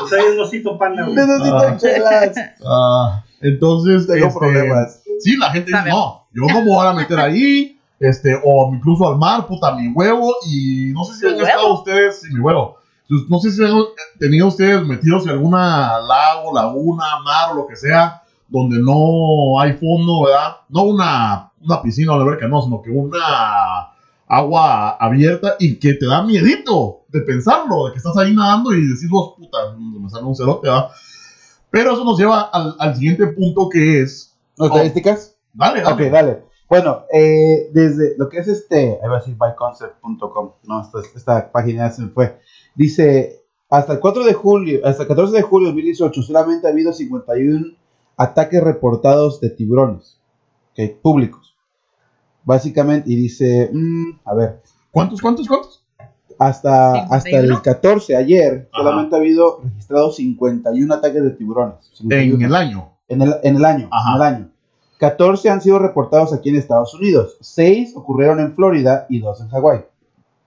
A: O sea, hay un osito panda, güey.
E: Necesito
B: Ah.
E: chelas,
B: ah, entonces...
E: tengo
B: este,
E: problemas.
B: Sí, la gente dice,
H: Sabemos.
B: no, yo no me voy a meter ahí, este, o incluso al mar, puta, mi huevo, y no sé si
H: ¿Tu
B: han estado ustedes, sí, mi huevo, Pues, no sé si han tenido ustedes metidos en alguna lago, laguna, mar, o lo que sea, donde no hay fondo, ¿verdad? No una, una piscina o alberca, no, sino que una agua abierta y que te da miedito de pensarlo, de que estás ahí nadando y decís vos, puta, me sale un cerote, ¿verdad? Pero eso nos lleva al, al siguiente punto que es...
E: ¿No, ¿Estadísticas?
B: Dale, dale.
E: Ok, dale. Bueno, eh, desde lo que es este, ahí va a decir byconcept.com, no, esta, esta página ya se me fue. Dice, hasta el 4 de julio, hasta el 14 de julio de 2018 solamente ha habido 51 ataques reportados de tiburones, ok, públicos. Básicamente, y dice, mm, a ver,
B: ¿Cuántos, cuántos, cuántos?
E: hasta,
H: ¿51?
E: hasta el 14, ayer,
B: Ajá.
E: solamente ha habido registrados 51 ataques de tiburones.
B: En
E: 51.
B: el año.
E: En el, en el año,
B: Ajá.
E: en el año. 14 han sido reportados aquí en Estados Unidos. 6 ocurrieron en Florida y 2 en Hawái.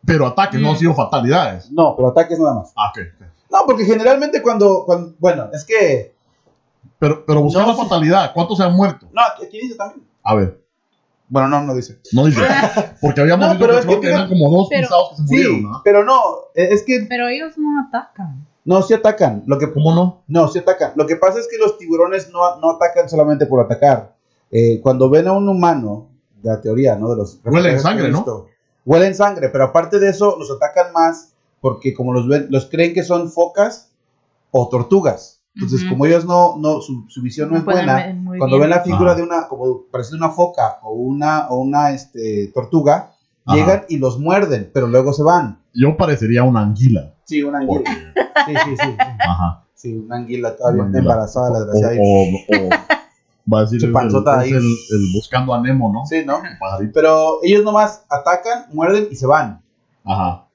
B: Pero ataques,
E: Mm.
B: no han sido fatalidades.
E: No, pero ataques nada más.
B: Ah, ok.
E: No, porque generalmente cuando, cuando- bueno, es que
B: Pero, pero buscar
E: No,
B: la
E: sí.
B: fatalidad, ¿cuántos se han muerto?
E: no, aquí aquí dice también.
B: A ver,
E: Bueno, no, no dice.
B: no dice. Porque habíamos
E: No,
B: visto
E: pero
B: que,
E: es
B: creo
E: que
B: que
E: mira-
B: eran como dos
H: pero-
B: pisados que se
E: Sí,
B: murieron, ¿no?
E: pero no, e- es que
H: Pero ellos no atacan.
E: no se atacan. Lo que
B: ¿Cómo no?
E: no se atacan. Lo que pasa es que los tiburones no, no atacan solamente por atacar. Eh, cuando ven a un humano, la teoría, ¿no? De los
B: Huelen
E: reportajes que he
B: sangre, ¿no?
E: visto, Huelen sangre, pero aparte de eso, los atacan más porque como los ven, los creen que son focas o tortugas. Entonces,
H: Ujú.
E: como ellos no, no, su, su visión no es
H: Pueden
E: buena,
H: ver muy
E: cuando
H: bien.
E: ven la figura
B: Ajá.
E: de una, como parece una foca o una, o una este, tortuga,
B: Ajá.
E: llegan y los muerden, pero luego se van.
B: Yo parecería una anguila.
E: Sí, una
B: Porque-
E: anguila. Sí, sí, sí. sí.
B: Ajá.
E: Sí, una anguila todavía
B: Una anguila.
E: embarazada, la
B: O,
E: desgraciada. y-
B: o- o- va a decir
E: Su
B: el,
E: panzota
B: el-
E: ahí.
B: es el- el buscando a Nemo, ¿no?
E: Sí, ¿no?
B: Pajarito.
E: Pero ellos nomás atacan, muerden y se van.
B: Ajá.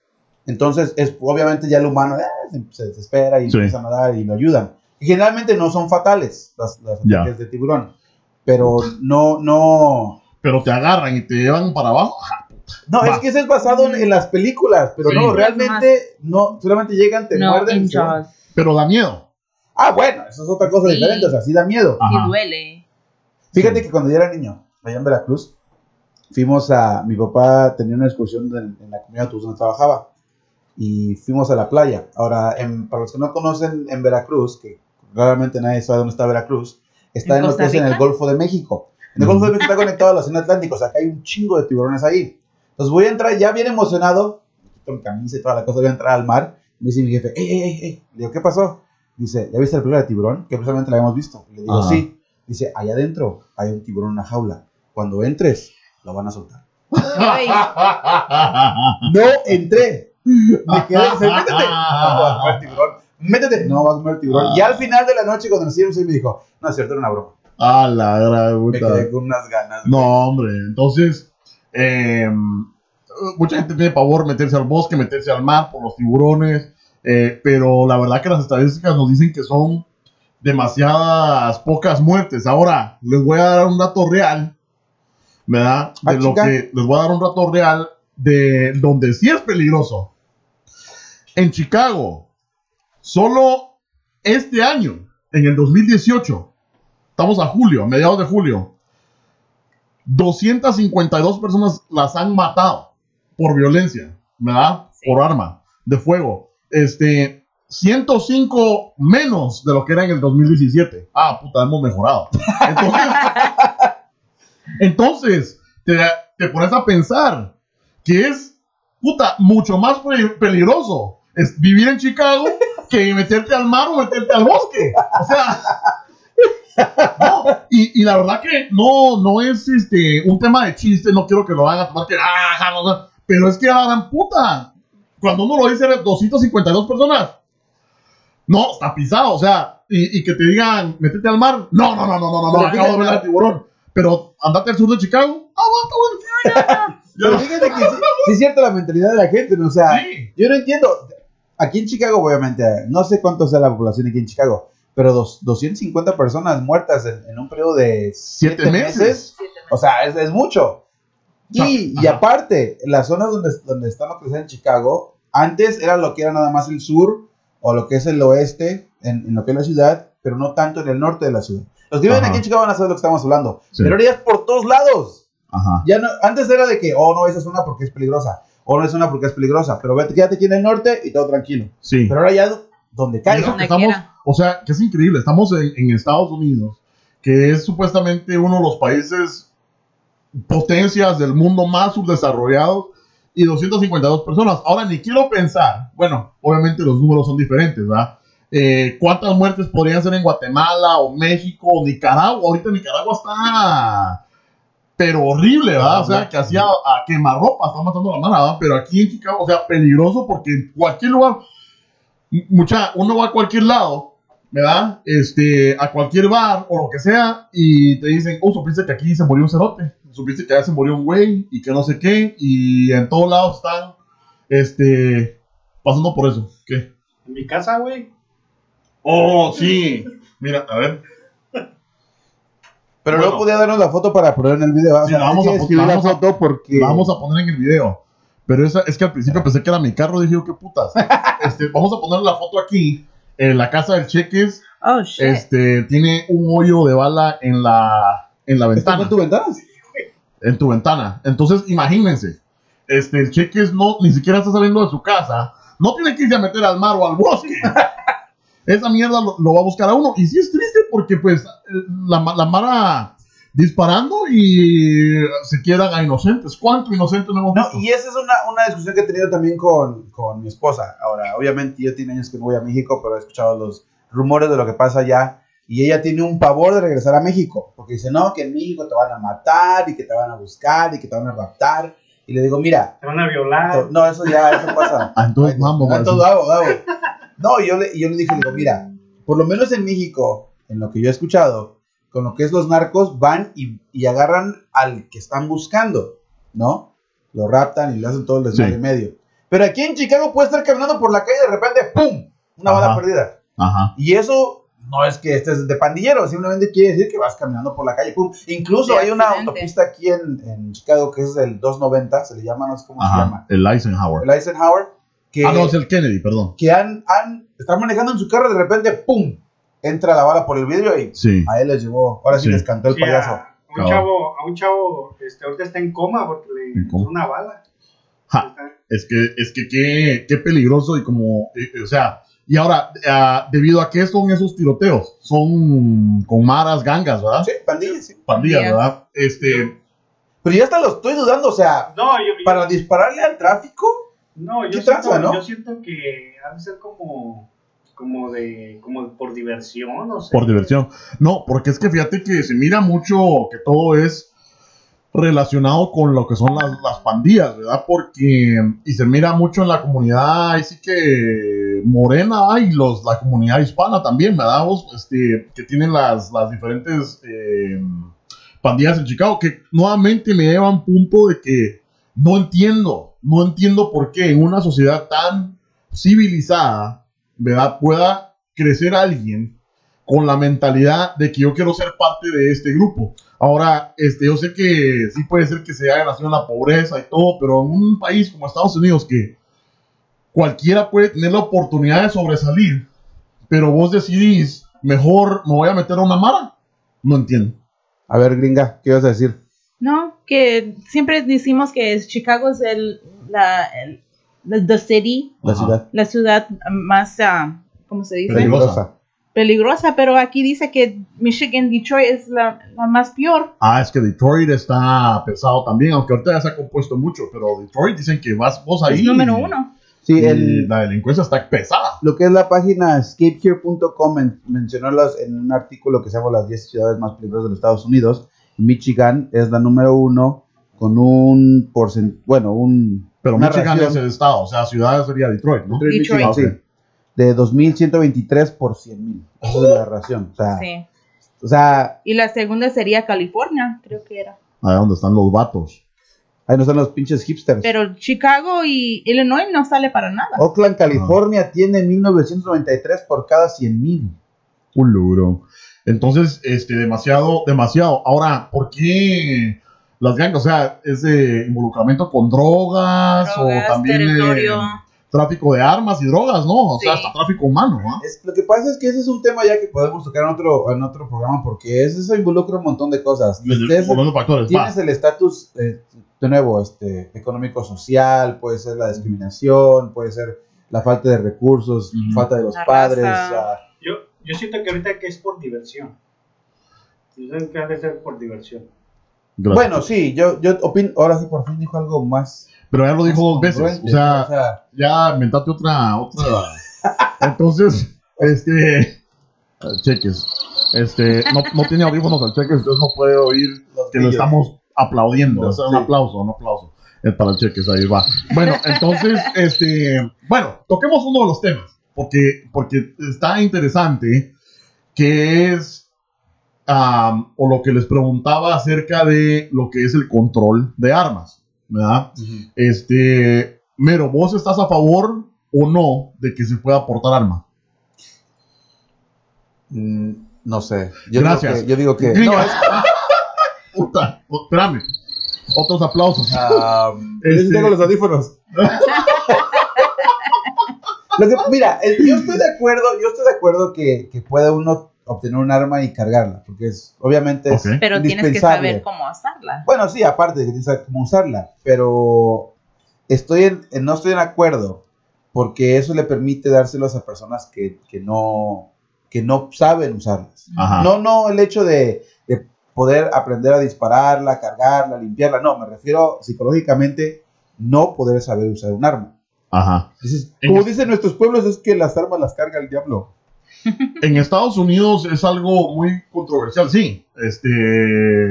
E: Entonces, es, obviamente ya el humano eh, se, se desespera y
B: Sí.
E: empieza a nadar y lo ayudan. Y generalmente no son fatales las, las
B: Ya.
E: ataques de tiburón. Pero no, no...
B: Pero te agarran y te llevan para abajo. Ajá.
E: No,
B: Va.
E: es que ese es basado en, en las películas, pero
B: Sí.
E: no, realmente no, solamente llegan, te
H: No,
E: muerden. y
H: en
E: se van.
H: Jaws.
B: Pero da miedo.
E: Ah, bueno, eso es otra cosa
H: Sí.
E: diferente, o sea, sí da miedo.
H: Sí
B: Ajá.
H: duele.
E: Fíjate que cuando yo era niño, allá en Veracruz, fuimos a. Mi papá tenía una excursión en, en la comunidad autobús donde trabajaba y fuimos a la playa. Ahora, en- para los que no conocen, en Veracruz, que raramente nadie sabe dónde está Veracruz, está
H: ¿En
E: en, lo que
H: Costa
E: es en el
H: Rica?
E: Golfo de México. En el
B: Ujú.
E: Golfo de México está conectado al Océano Atlántico, o sea, que hay un chingo de tiburones ahí. Entonces voy a entrar ya bien emocionado, me quito mi camisa y toda la cosa, voy a entrar al mar. Me dice mi jefe, ¡ey, ey, ey! ey". Le digo, ¿qué pasó? Dice, ¿ya viste la película de tiburón? Que precisamente la habíamos visto. Le digo,
B: Ajá.
E: sí. Dice, allá adentro hay un tiburón en una jaula. Cuando entres, lo van a soltar.
H: Ay,
E: No entré. Me quedé, dice, métete. No, vas a comer tiburón. Métete. No, vas a comer tiburón. Y al final de la noche, cuando nos hicimos, me dijo, no, es cierto, era una broma.
B: A la gran
E: Me
B: puta.
E: quedé con unas ganas.
B: No, hombre, entonces, eh, mucha gente tiene pavor meterse al bosque, meterse al mar por los tiburones, eh, pero la verdad que las estadísticas nos dicen que son demasiadas pocas muertes. Ahora, les voy a dar un dato real, ¿verdad? De
E: Ah,
B: lo
E: chica.
B: que les voy a dar un dato real de donde sí es peligroso. En Chicago, solo este año, en el 2018, estamos a julio, a mediados de julio, 252 personas las han matado por violencia, ¿verdad? Por arma de fuego. Este, 105 menos de lo que era en el 2017. Ah, puta, hemos mejorado. Entonces, entonces, te, te pones a pensar que es, puta, mucho más pe- peligroso es vivir en Chicago que meterte al mar o meterte al bosque. O sea, y, y la verdad que no, no es este, un tema de chiste, no quiero que lo hagan a tomar que, "Ah, ja, ja, ja", pero es que a la gran puta, cuando uno lo dice 252 personas, no, está pisado, o sea, y, y que te digan, métete al mar, no, no, no, no, no, no, no,
E: Pero
B: acabo de
E: fíjate-
B: ver al tiburón, pero andate al sur de Chicago, ah, bueno, está
E: Pero
B: bueno, ya, ya,
E: fíjate que sí, sí es cierto la mentalidad de la gente, ¿no? O sea,
B: ya. Sí.
E: yo no entiendo. Aquí en Chicago, obviamente, no sé cuánto sea la población aquí en Chicago, pero dos- 250 personas muertas en, en un periodo de 7
B: Siete
E: meses.
B: meses. Ah,
E: O sea, es, es mucho. Y,
B: Ajá.
E: y aparte, las zonas donde, donde están los que están en Chicago, antes era lo que era nada más el sur o lo que es el oeste, en, en lo que es la ciudad, pero no tanto en el norte de la ciudad. Los que viven
B: Ajá.
E: aquí en Chicago van a saber de lo que estamos hablando.
B: Sí.
E: Pero ahora ya es por todos lados.
B: Ajá.
E: Ya no, antes era de que, oh, no, esa es una porque es peligrosa. O no es una porque es peligrosa. Pero vete, quédate aquí en el norte y todo tranquilo.
B: Sí.
E: Pero ahora ya donde
B: Y eso
E: caiga.
B: que
H: Donde
B: estamos,
H: quiera.
B: o sea, que es increíble. Estamos en, en Estados Unidos, que es supuestamente uno de los países potencias del mundo más subdesarrollados y 252 personas. Ahora, ni quiero pensar, bueno, obviamente los números son diferentes, ¿verdad? Eh, ¿Cuántas muertes podrían ser en Guatemala o México o Nicaragua? Ahorita Nicaragua está, pero horrible, ¿verdad? O sea, que hacía a quemarropa, está matando a la manada, ¿verdad? pero aquí en Chicago, o sea, peligroso porque en cualquier lugar, mucha, uno va a cualquier lado, ¿verdad? Este, a cualquier bar o lo que sea, y te dicen, oh, supiste que aquí se murió un cerote, supiste que allá se murió un güey, y que no sé qué, y en todos lados están, este, pasando por eso. ¿Qué?
A: En mi casa, güey.
B: Oh, sí. Mira, a ver.
E: Pero no
B: Bueno.
E: podía darnos la foto para poner en el video. O
B: Sí,
E: sea,
B: la
E: hay
B: vamos
E: que
B: a pon-
E: escribir
B: la
E: la
B: vamos a-
E: foto porque.
B: La vamos a poner en el video. Pero esa, es que al principio pensé que era mi carro, dije, yo, qué putas. Este, vamos a poner la foto aquí. En la casa del Cheques,
H: oh, shit.
B: este, tiene un hoyo de bala en la, en la ventana.
E: ¿Está con tu ventana?
B: en tu ventana. Entonces, imagínense, este, el cheques no, ni siquiera está saliendo de su casa, no tiene que irse a meter al mar o al bosque. Esa mierda lo, lo va a buscar a uno. Y sí es triste porque, pues, eh, la, ma- la mara disparando y se quedan a inocentes. ¿Cuánto inocente no hemos
E: No,
B: visto?
E: y esa es una, una discusión que he tenido también con, con mi esposa. Ahora, obviamente, yo tiene años que no voy a México, pero he escuchado los rumores de lo que pasa allá. Y ella tiene un pavor de regresar a México, porque dice, no, que en México te van a matar y que te van a buscar y que te van a raptar. Y le digo, mira,
A: Te van a violar.
E: Esto- No, eso ya, eso pasa.
B: Ah, entonces, vamos,
E: Ah, todo
B: vamos.
E: hago, hago. No, yo le, yo le dije, le digo, mira, por lo menos en México, en lo que yo he escuchado, con lo que es los narcos, van y, y agarran al que están buscando, ¿no? Lo raptan y le hacen todo el desmadre
B: Sí.
E: medio. Pero aquí en Chicago puede estar caminando por la calle y de repente, ¡pum! Una bala
B: Ajá.
E: perdida.
B: Ajá.
E: Y eso no es que estés de pandillero, simplemente quiere decir que vas caminando por la calle, ¡pum! Incluso
H: De
E: hay una
H: accidente.
E: autopista aquí en, en Chicago que es el 290, se le llama, no sé cómo se llama
B: Ajá. El Eisenhower.
E: el Eisenhower, que,
B: Ah, no, es el Kennedy, perdón.
E: que han, han, están manejando en su carro y de repente, ¡pum! Entra la bala por el vidrio y
B: Sí.
E: a él les llevó. Ahora sí,
B: Sí.
E: les cantó el
A: Sí, ah. a,
E: payaso.
A: a un chavo, a un chavo, este, ahorita está en coma porque le
B: ¿En coma?
A: entró una bala.
B: Ja. Es que, es que qué, qué peligroso y como, eh, eh, o sea, y ahora, ah, debido a qué son esos tiroteos, son con maras, gangas, ¿verdad?
E: Sí, pandilla, sí.
B: Pandillas,
H: Pandillas.
B: ¿verdad? Este,
E: Pero ya hasta lo estoy dudando, o sea,
A: No, yo, yo-
E: para dispararle al tráfico,
A: no, yo
E: ¿qué
A: siento,
E: tranza, no?
A: yo siento que ha de ser como como de, como por diversión, no sé.
B: por diversión. No, porque es que fíjate que se mira mucho que todo es relacionado con lo que son las, las pandillas, ¿verdad? Porque, y se mira mucho en la comunidad, ahí sí que morena ah, y los, la comunidad hispana también, ¿verdad? Vos? Este, que tienen las, las diferentes eh, pandillas en Chicago, que nuevamente me lleva a un punto de que no entiendo, no entiendo por qué en una sociedad tan civilizada, ¿verdad? Pueda crecer alguien con la mentalidad de que yo quiero ser parte de este grupo. Ahora, este, yo sé que sí puede ser que se haya nacido en la pobreza y todo, pero en un país como Estados Unidos que cualquiera puede tener la oportunidad de sobresalir, pero vos decidís, mejor me voy a meter a una mara, no entiendo.
E: A ver, gringa, ¿qué ibas a decir?
H: No, que siempre decimos que es- Chicago es el, la, el- la- the city,
E: La
B: Ajá.
E: ciudad
H: la ciudad más, ah, ¿cómo se dice?
B: Peligrosa.
E: peligrosa.
H: Peligrosa, pero aquí dice que Michigan, Detroit es la, la más peor.
B: Ah, es que Detroit está pesado también, aunque ahorita ya se ha compuesto mucho, pero Detroit dicen que vas vos ahí.
H: Es número uno.
E: Sí,
B: y
E: el,
B: la delincuencia está pesada.
E: lo que es la página escapehere.com men- mencionó las- en un artículo que se llama las 10 ciudades más peligrosas de los Estados Unidos. Michigan es la número uno con un porcentaje, bueno, un...
B: Pero
E: una
B: Michigan
E: ración
B: es el estado, o sea, ciudad sería Detroit, ¿no?
E: Detroit,
H: Detroit.
E: Michigan, sí, de 2.123 por 100.000. Esa es la ración. O sea,
H: Sí.
E: o sea,
H: Y la segunda sería California, creo que era.
B: Ahí donde están los vatos.
E: ahí no están los pinches hipsters.
H: Pero Chicago y Illinois no sale para nada.
E: Oakland, California tiene 1993 por cada 100.000.
B: Un luro. Entonces, este, demasiado, demasiado. Ahora, ¿por qué las gangas? O sea, ¿es de involucramiento con drogas, o Oh, también eh,
H: territorio.
B: tráfico de armas y drogas, ¿no? O sea,
H: Sí.
B: hasta tráfico humano, ¿ah?
E: Es- lo que pasa es que ese es un tema ya que podemos tocar en otro, en otro programa porque es- eso involucra un montón de cosas. Y ustedes-
B: Volviendo a factores, va.
E: tienes el estatus, eh, de nuevo, este, económico-social, puede ser la discriminación, puede ser la falta de recursos,
B: Ujú.
E: falta de los
H: La
E: padres.
H: raza.
E: o sea,
A: Yo, yo siento que ahorita que es por diversión. Yo siento que ha de ser por diversión.
B: Gracias.
E: bueno, sí, yo, yo opino, ahora sí por fin dijo algo más.
B: pero ya lo dijo dos
E: más
B: veces. O
E: congruente,
B: sea, ya inventate otra, otra. Entonces, este, cheques. Este, no, no tiene audífonos al cheques, entonces no puede oír
E: los
B: que lo
E: brillos.
B: estamos aplaudiendo. O sea, un
E: Sí.
B: aplauso, un aplauso. Eh, Para el cheques, ahí va. Bueno, entonces, este, bueno, toquemos uno de los temas, porque, porque está interesante, que es, am, o lo que les preguntaba acerca de lo que es el control de armas, ¿verdad?
E: Ujú.
B: Este, Mero, ¿vos estás a favor o no de que se pueda portar arma?
E: Mm, no sé. Yo
B: Gracias.
E: Digo que, yo digo que.
B: Gringa.
E: No, es-
B: Puta, o- espérame. Otros aplausos.
E: Ah,
B: Este-
E: sí tengo los audífonos. Lo que- mira, eh, yo estoy de acuerdo, yo estoy de acuerdo que, que pueda uno obtener un arma y cargarla, porque es, obviamente es
B: Ok.
H: Pero tienes que
E: indispensable.
H: saber cómo usarla.
E: Bueno, sí, aparte de que tienes que saber cómo usarla, pero estoy en- en- no estoy en acuerdo, porque eso le permite dárselos a personas que, que no, que no saben usarlas.
B: Ajá.
E: No, no el hecho de, de poder aprender a dispararla, cargarla, limpiarla. No, me refiero psicológicamente no poder saber usar un arma.
B: Ajá.
E: Dices,
B: En
E: como
B: es-
E: dicen nuestros pueblos, es que las armas las carga el diablo.
B: En Estados Unidos es algo muy controversial, sí. Este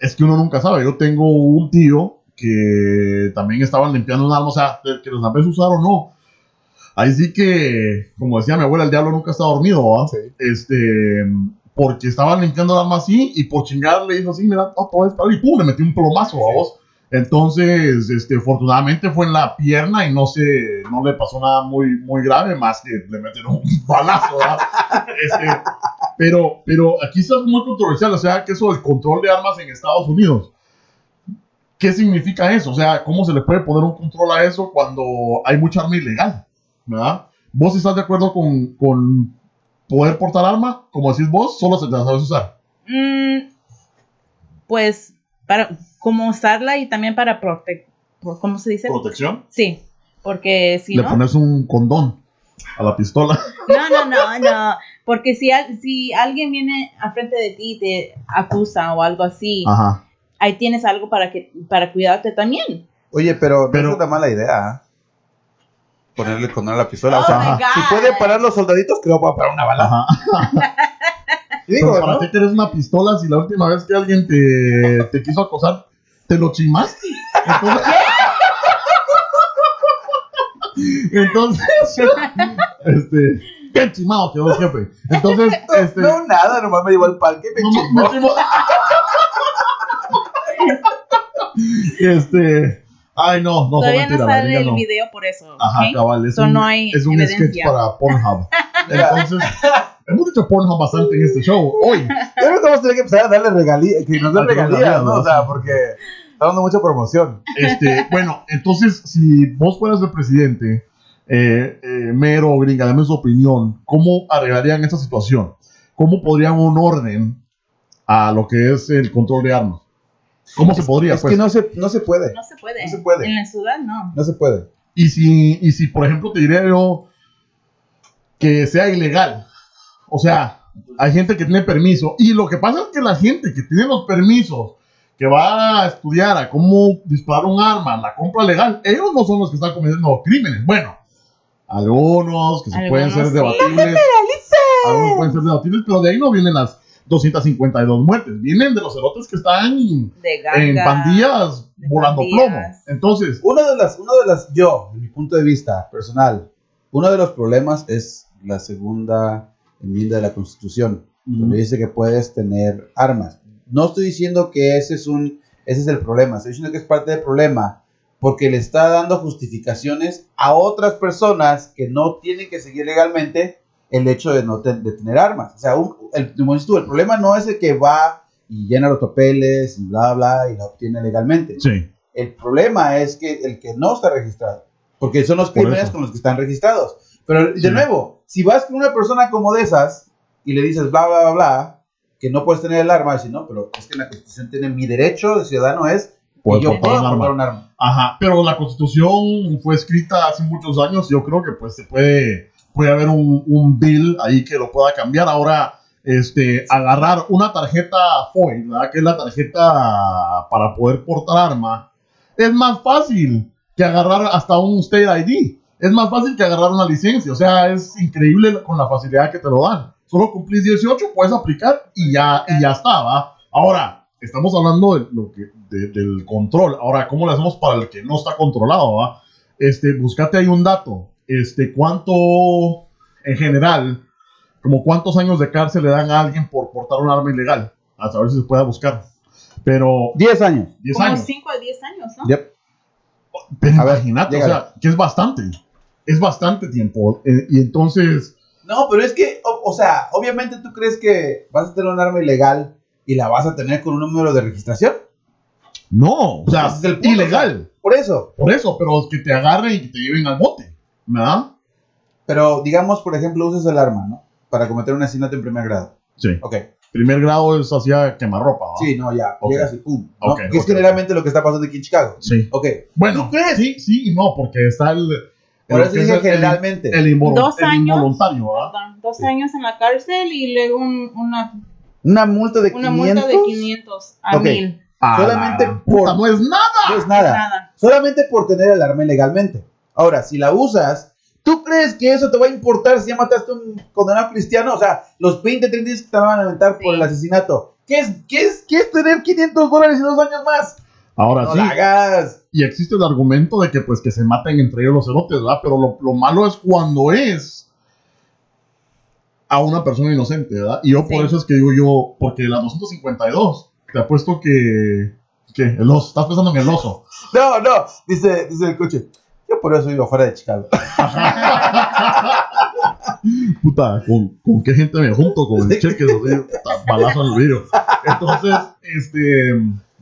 B: es que uno nunca sabe. Yo tengo un tío que también estaban limpiando un arma, o sea, de que lo sabes usar o no. Ahí sí que, como decía mi abuela, el diablo nunca está dormido, ¿va? Este, porque estaban limpiando el arma así y por chingar le dijo así, mira, no, todo es para y pum, le metí un plomazo a vos. Entonces, este, afortunadamente fue en la pierna y no se, no le pasó nada muy, muy grave, más que le metieron un balazo, ¿va? Este, pero, pero aquí está muy controversial, o sea, que eso del control de armas en Estados Unidos. ¿Qué significa eso? O sea, ¿cómo se le puede poner un control a eso cuando hay mucha arma ilegal? ¿Verdad? ¿Vos estás de acuerdo con, con poder portar arma? Como decís vos, solo se te la sabes usar.
H: Mm, pues para cómo usarla y también para prote por- ¿cómo se dice?
B: ¿Protección?
H: Sí, porque si
B: le
H: no
B: pones un condón a la pistola.
H: No, no, no, no, porque si al- si alguien viene al frente de ti y te acusa o algo así,
E: Ah.
B: Ajá.
H: ahí tienes algo para que para cuidarte también.
E: Oye, pero,
B: Pero-
E: no es una mala idea. ¿eh? ponerle con una pistola. o
H: Oh
E: sea,
H: my God.
E: si puede parar los soldaditos, que lo voy a parar una bala.
B: Ajá.
E: Y digo,
B: Pero para
E: ¿no?
B: ti que eres una pistola si la última vez que alguien te, te quiso acosar, te lo chimaste. Entonces, Entonces, este, qué chimado quedó el jefe. Entonces, este,
E: No, nada, nomás me llevó al parque y
B: no,
E: me
B: no,
E: chingó.
B: me chimó. este, ay no, no, fue
H: Todavía
B: mentira,
H: no
B: la
H: sale
B: liga
H: el
B: no.
H: video por eso.
B: Ajá,
H: ¿ok?
B: cabal, es
H: So,
B: un,
H: no hay
B: es un sketch
H: evidencia.
B: para Pornhub.
E: Mira.
B: Entonces, hemos dicho Pornhub bastante en este show. Hoy,
E: Yo creo que vamos a tener que empezar a darle regalías, que nos den
B: Ah, que nos
E: regalías,
B: regalan,
E: ¿no?
B: ¿no?
E: O sea, porque está dando mucha promoción.
B: Este, bueno, entonces, si vos fueras el presidente, eh, eh, Mero, Gringa, dame su opinión. ¿Cómo arreglarían esta situación? ¿Cómo podrían un orden a lo que es el control de armas? ¿Cómo se podría?
E: es
B: pues?
E: que no se, no se puede,
H: No se puede.
E: No se puede.
H: En la ciudad no.
E: no se puede.
B: y, si, y si, por ejemplo, te diría yo que sea ilegal. O sea, hay gente que tiene permiso. Y lo que pasa es que la gente que tiene los permisos, que va a estudiar a cómo disparar un arma, la compra legal, ellos no son los que están cometiendo crímenes. Bueno, algunos que se pueden ser
H: Algunos sí.
B: debatibles. Algunos pueden ser debatibles, pero de ahí no vienen las 252 muertes. Vienen de los erotes que están
H: De ganga.
B: en pandillas
H: de
B: volando
H: pandillas.
B: plomo. Entonces,
E: Uno de las, uno de las, yo, de mi punto de vista personal, uno de los problemas es la segunda enmienda de la Constitución, donde dice que puedes tener armas. No estoy diciendo que ese es un, ese es el problema, estoy diciendo que es parte del problema, porque le está dando justificaciones a otras personas que no tienen que seguir legalmente el hecho de no te- de tener armas. O sea, un- el, como dices tú, el problema no es el que va y llena los papeles y bla, bla, y la obtiene legalmente.
B: sí.
E: El problema es que el que no está registrado, porque son los
B: Por
E: crímenes
B: eso.
E: con los que están registrados. Pero de
B: Sí.
E: nuevo, si vas con una persona como de esas y le dices bla, bla, bla, bla, que no puedes tener el arma, dice, no, pero es que la constitución tiene mi derecho de ciudadano es que
B: Poder
E: yo
B: portar
E: puedo
B: un arma.
E: comprar un arma.
B: Ajá, pero la constitución fue escrita hace muchos años, yo creo que pues se puede, puede haber un, un bill ahí que lo pueda cambiar. Ahora, este, agarrar una tarjeta FOIL, ¿verdad? que es la tarjeta para poder portar arma, es más fáil que agarrar hasta un state ID, es más fácil que agarrar una licencia, o sea, es increíble con la facilidad que te lo dan. Solo cumplís 18, puedes aplicar y ya, y ya está, ¿va? Ahora, estamos hablando de lo que, de- del control. Ahora, ¿cómo le hacemos para el que no está controlado, va? Este, buscate ahí un dato. Este, ¿cuánto, en general, como cuántos años de cárcel le dan a alguien por portar un arma ilegal? A saber si se puede buscar. Pero
E: 10 años.
B: 10
H: Como
B: años.
H: 5 a 10 años, ¿no?
E: Yep.
B: Pero
E: A ver,
B: imagínate, o
E: llégale.
B: sea, que es bastante. Es bastante tiempo. Eh, y entonces,
E: No, pero es que, o, o sea, obviamente tú crees que vas a tener un arma ilegal y la vas a tener con un número de registración.
B: no, o sea,
E: Ese es el punto,
B: ilegal.
E: Por eso.
B: Por eso, pero que te agarren y que te lleven al bote, ¿verdad?
E: Pero digamos, por ejemplo, usas el arma, ¿no? Para cometer un asesinato en primer grado.
B: Sí.
E: Ok.
B: Primer grado es hacia quemarropa, ¿va?
E: Sí, no, ya.
B: Ok.
E: Llegas y pum. ¿no?
B: Ok,
E: que es
B: ok,
E: generalmente lo que está pasando aquí en Chicago.
B: Sí.
E: Ok.
B: Bueno, sí, sí y no, porque está el.
E: Por
B: lo
E: eso
B: que es
E: dije
B: el-
E: generalmente.
B: El, el involu-
H: Dos
B: el
H: años.
B: involuntario, ¿verdad?
E: Ah,
H: Perdón, dos
B: Sí.
H: años en la cárcel y luego un- una,
E: una multa de
H: una
E: 500.
H: multa de 500 a
E: Ok. Ah.
H: 1000.
B: A la
E: Solamente
B: gran
E: por-
B: puta, Ah, no es nada.
E: No es nada.
H: Nada.
E: Solamente por tener el arma ilegalmente. Ahora, si la usas, ¿tú crees que eso te va a importar si ya mataste a un condenado cristiano? O sea, los 20, 30 días que te van a aventar por
H: Sí.
E: el asesinato. ¿Qué es, qué, es, ¿Qué es tener 500 dólares y dos años más?
B: Ahora
E: no
B: Ah, sí,
E: la hagas.
B: y existe el argumento de que pues que se maten entre ellos los cerotes, ¿verdad? Pero lo, lo malo es cuando es a una persona inocente, ¿verdad? Y yo por
H: Sí.
B: eso es que digo yo, porque la 252, te apuesto que... que El oso, estás pensando en el oso.
E: No, no. Dice, dice el coche. Yo por eso vivo fuera de Chicago.
B: puta, ¿con, con qué gente me junto? Con el cheque, o sea, puta, balazo en el vidrio. Entonces, este,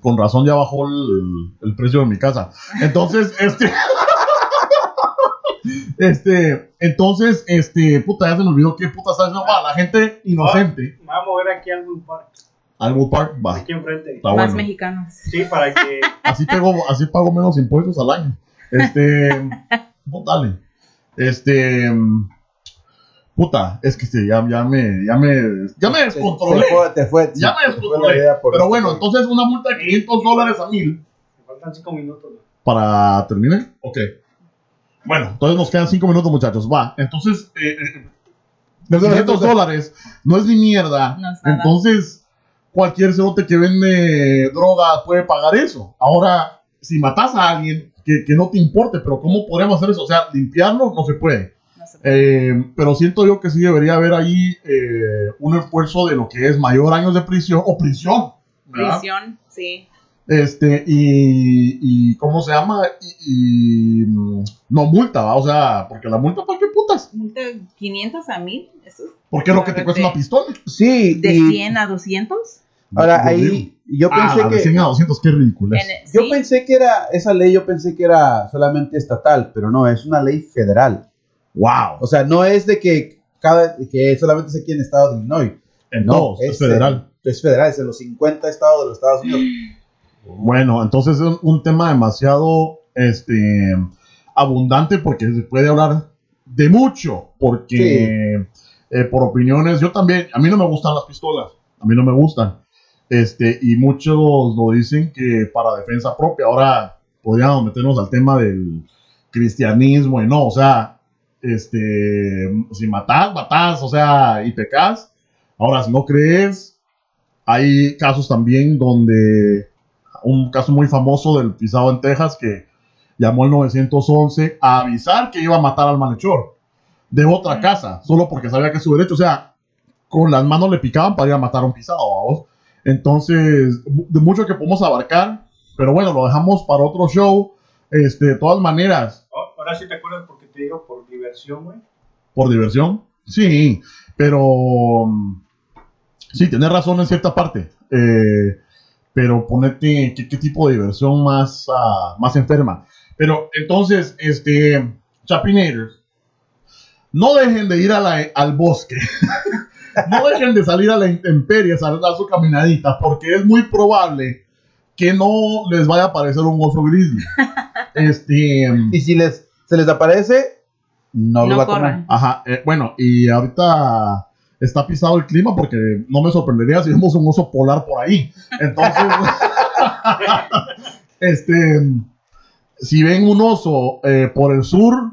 B: con razón ya bajó el, el precio de mi casa. Entonces, este, este, entonces, este, puta, ya se me olvidó qué puta está haciendo. Ah, la gente inocente,
A: Me voy a mover aquí al Bull Park,
B: algo park, Ah. va,
A: aquí enfrente.
B: está
H: más
B: bueno.
H: mexicanos.
A: Sí, para que.
B: Así, pego- así pago menos impuestos al año. Este, vos dale. Este, puta, es que sí, ya, ya me, ya me, ya me
E: Te-
B: descontrolé.
E: Te fue, te fue-
B: Ya me
E: te fue la
B: descontrolé.
E: idea por- este
B: Pero bueno, entonces una multa de 500 dólares a 1000
A: Me faltan cinco minutos. ¿no?
B: para terminar. Ok. Bueno, entonces nos quedan cinco minutos, muchachos. Va, entonces, eh, eh, 500 dólares no es ni mierda.
H: No es nada.
B: entonces, cualquier cerote que vende droga puede pagar eso. Ahora, si matas a alguien, que, que no te importe, pero ¿cómo podríamos hacer eso? O sea, limpiarlo no se puede.
H: No sé.
B: Eh, pero siento yo que sí debería haber ahí eh, un esfuerzo de lo que es mayor años de prisión o prisión.
E: Ah.
B: ¿verdad?
H: Prisión, sí.
B: Este, y, y ¿cómo se llama? Y, y, mm, no multa, ¿va? o sea, porque la multa, ¿para qué putas?
H: Multa de 500 a 1000, eso es
B: Porque es lo que te cuesta una pistola.
E: Sí,
H: de
E: y
H: 100 a 200.
E: ahora ahí yo
B: Ah,
E: pensé
B: la de
E: que
B: 100 a 200, qué ridículo. es.
H: En-
E: yo
H: sí,
E: pensé que era esa ley yo pensé que era solamente estatal, pero no, es una ley federal.
B: ¡Wow!
E: O sea, no es de que cada que solamente es aquí en Estados Unidos.
B: En
E: No,
B: todos, es
E: ese-
B: federal.
E: Es federal, es en los 50 estados de los Estados Unidos.
B: Bueno, entonces es un- un tema demasiado este, abundante porque se puede hablar de mucho, porque eh, por opiniones, yo también, a mí no me gustan las pistolas, a mí no me gustan, este, y muchos lo dicen que para defensa propia, ahora podríamos meternos al tema del cristianismo y no, o sea, este, si matás, matás, o sea, y pecas, ahora si no crees, hay casos también donde un caso muy famoso del pisado en Texas que llamó el 911 a avisar que iba a matar al malhechor de otra casa, solo porque sabía que es su derecho, o sea, con las manos le picaban para ir a matar a un pisado, ¿vamos? Entonces, mu- de mucho que podemos abarcar, pero bueno, lo dejamos para otro show. Este, de todas maneras,
A: Oh, Ahora sí te acuerdas porque te digo por diversión, güey.
B: por diversión, sí, pero mm, sí, tenés razón en cierta parte. eh, pero ponete qué, qué tipo de diversión más, ah, más enferma. Pero entonces, este, Chapinators, no dejen de ir a la- al bosque. no dejen de salir a la intemperie, a dar su caminadita, porque es muy probable que no les vaya a aparecer un oso grizzly. Este,
E: Y si les se les aparece, no, lo
H: No
E: va a
H: corran.
E: comer.
B: Ajá, eh, bueno, y ahorita está pisado el clima porque no me sorprendería si vemos un oso polar por ahí. Entonces, este, si ven un oso eh, por el sur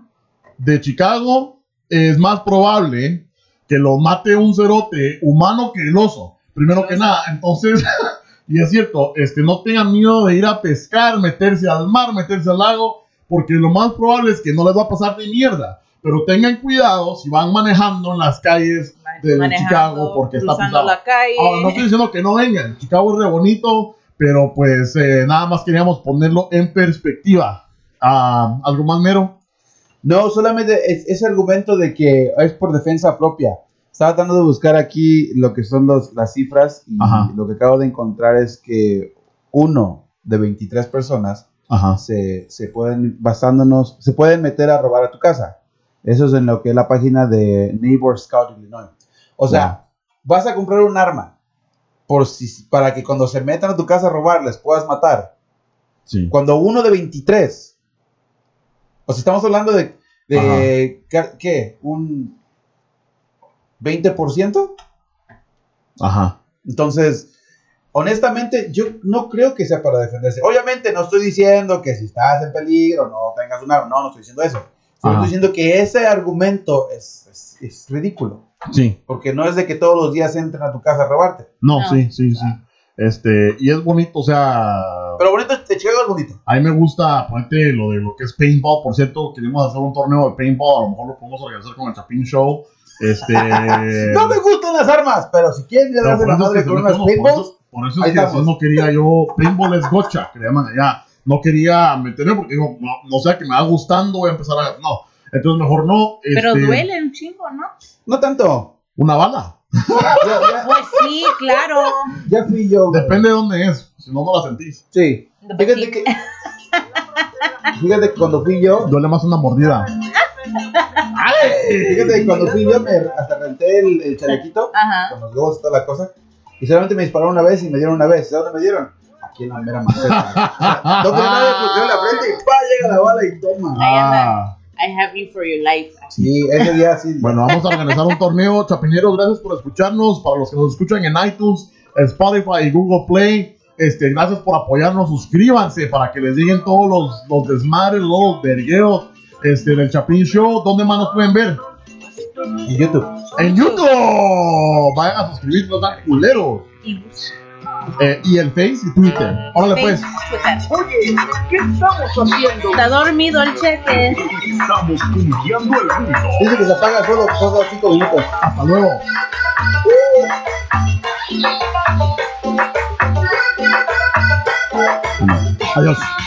B: de Chicago, es más probable que lo mate un cerote humano que el oso, primero que nada. Entonces, y es cierto, este, no tengan miedo de ir a pescar, meterse al mar, meterse al lago, porque lo más probable es que no les va a pasar ni mierda. Pero tengan cuidado si van manejando en las calles de
H: manejando,
B: Chicago porque está
H: cruzando
B: pisado.
H: la calle.
B: Ahora, no estoy diciendo que no vengan. Chicago es re bonito, pero pues eh, nada más queríamos ponerlo en perspectiva. Ah, ¿Algo más mero?
E: No, solamente es, ese argumento de que es por defensa propia. Estaba tratando de buscar aquí lo que son los, las cifras y
B: Ajá.
E: lo que acabo de encontrar es que uno de 23 personas
B: Ajá.
E: se, se pueden, basándonos, se pueden meter a robar a tu casa. Eso es en lo que es la página de Neighbor Scout Illinois. O sea, vas a comprar un arma por si, para que cuando se metan a tu casa a robar les puedas matar.
B: Sí.
E: Cuando uno de 23. O sea, estamos hablando de. de ca- ¿Qué? ¿Un 20%?
B: Ajá.
E: Entonces, honestamente, yo no creo que sea para defenderse. Obviamente, no estoy diciendo que si estás en peligro no tengas un arma. No, no estoy diciendo eso.
B: Ajá.
E: Solo estoy diciendo que ese argumento es, es- es ridículo.
B: Sí.
E: Porque no es de que todos los días entren a tu casa a robarte.
B: No,
H: No.
B: sí, sí, sí. Este, y es bonito, o sea.
E: Pero bonito, te Chicago es bonito.
B: A mí me gusta, ponerte lo de lo que es paintball. Por cierto, queremos hacer un torneo de paintball. A lo mejor lo podemos organizar con el Chapin Show. Este.
E: No me gustan las armas, pero si quieren
B: Pero
E: llevarse
B: por
E: la
B: eso es
E: madre
B: que
E: con
B: se
E: unas
B: meten unos-
E: paintballs,
B: Por eso, por eso
E: Ahí
B: es que
E: estamos.
B: si no quería yo, paintball es gocha, que le llaman allá. No quería meterme porque digo, no, no sea que me va gustando, voy a empezar a. No, entonces mejor no.
H: Pero
B: este,
H: duele un chingo, ¿no?
E: no tanto.
B: Una bala.
E: Ya- ya-
H: Pues sí, claro.
E: Ya fui yo. güey.
B: Depende de dónde es, si no, no la sentís.
E: Sí. Fíjate que. Fíjate que cuando fui yo.
B: Duele más una mordida.
E: Fíjate que cuando fui yo me hasta renté el, el chalequito
H: Ajá.
E: con los globos y toda la cosa. Y solamente me dispararon una vez y me dieron una vez. ¿Sabes dónde me dieron? Aquí en la mera maceta. No con nada, porque en la frente y pa, llega la bala y toma.
B: Ah,
H: I have you for your life.
E: Sí, ese día sí.
B: bueno, vamos a organizar un torneo. Chapiñeros, gracias por escucharnos. Para los que nos escuchan en iTunes, Spotify y Google Play. Este, gracias por apoyarnos, suscríbanse para que les lleguen todos los, los desmadres, los vergueos este, del Chapin Show, ¿dónde más nos pueden ver?
E: en YouTube.
B: En YouTube. Vayan a suscribirse, no sean culeros.
H: Y
B: Eh, y el Face y Twitter. Órale pues.
C: Oye, ¿qué estamos haciendo?
H: Está dormido el cheque.
D: Estamos cumpliendo el mundo.
E: Dice que se apaga el fuego cada 5 minutos.
B: Hasta luego. Adiós.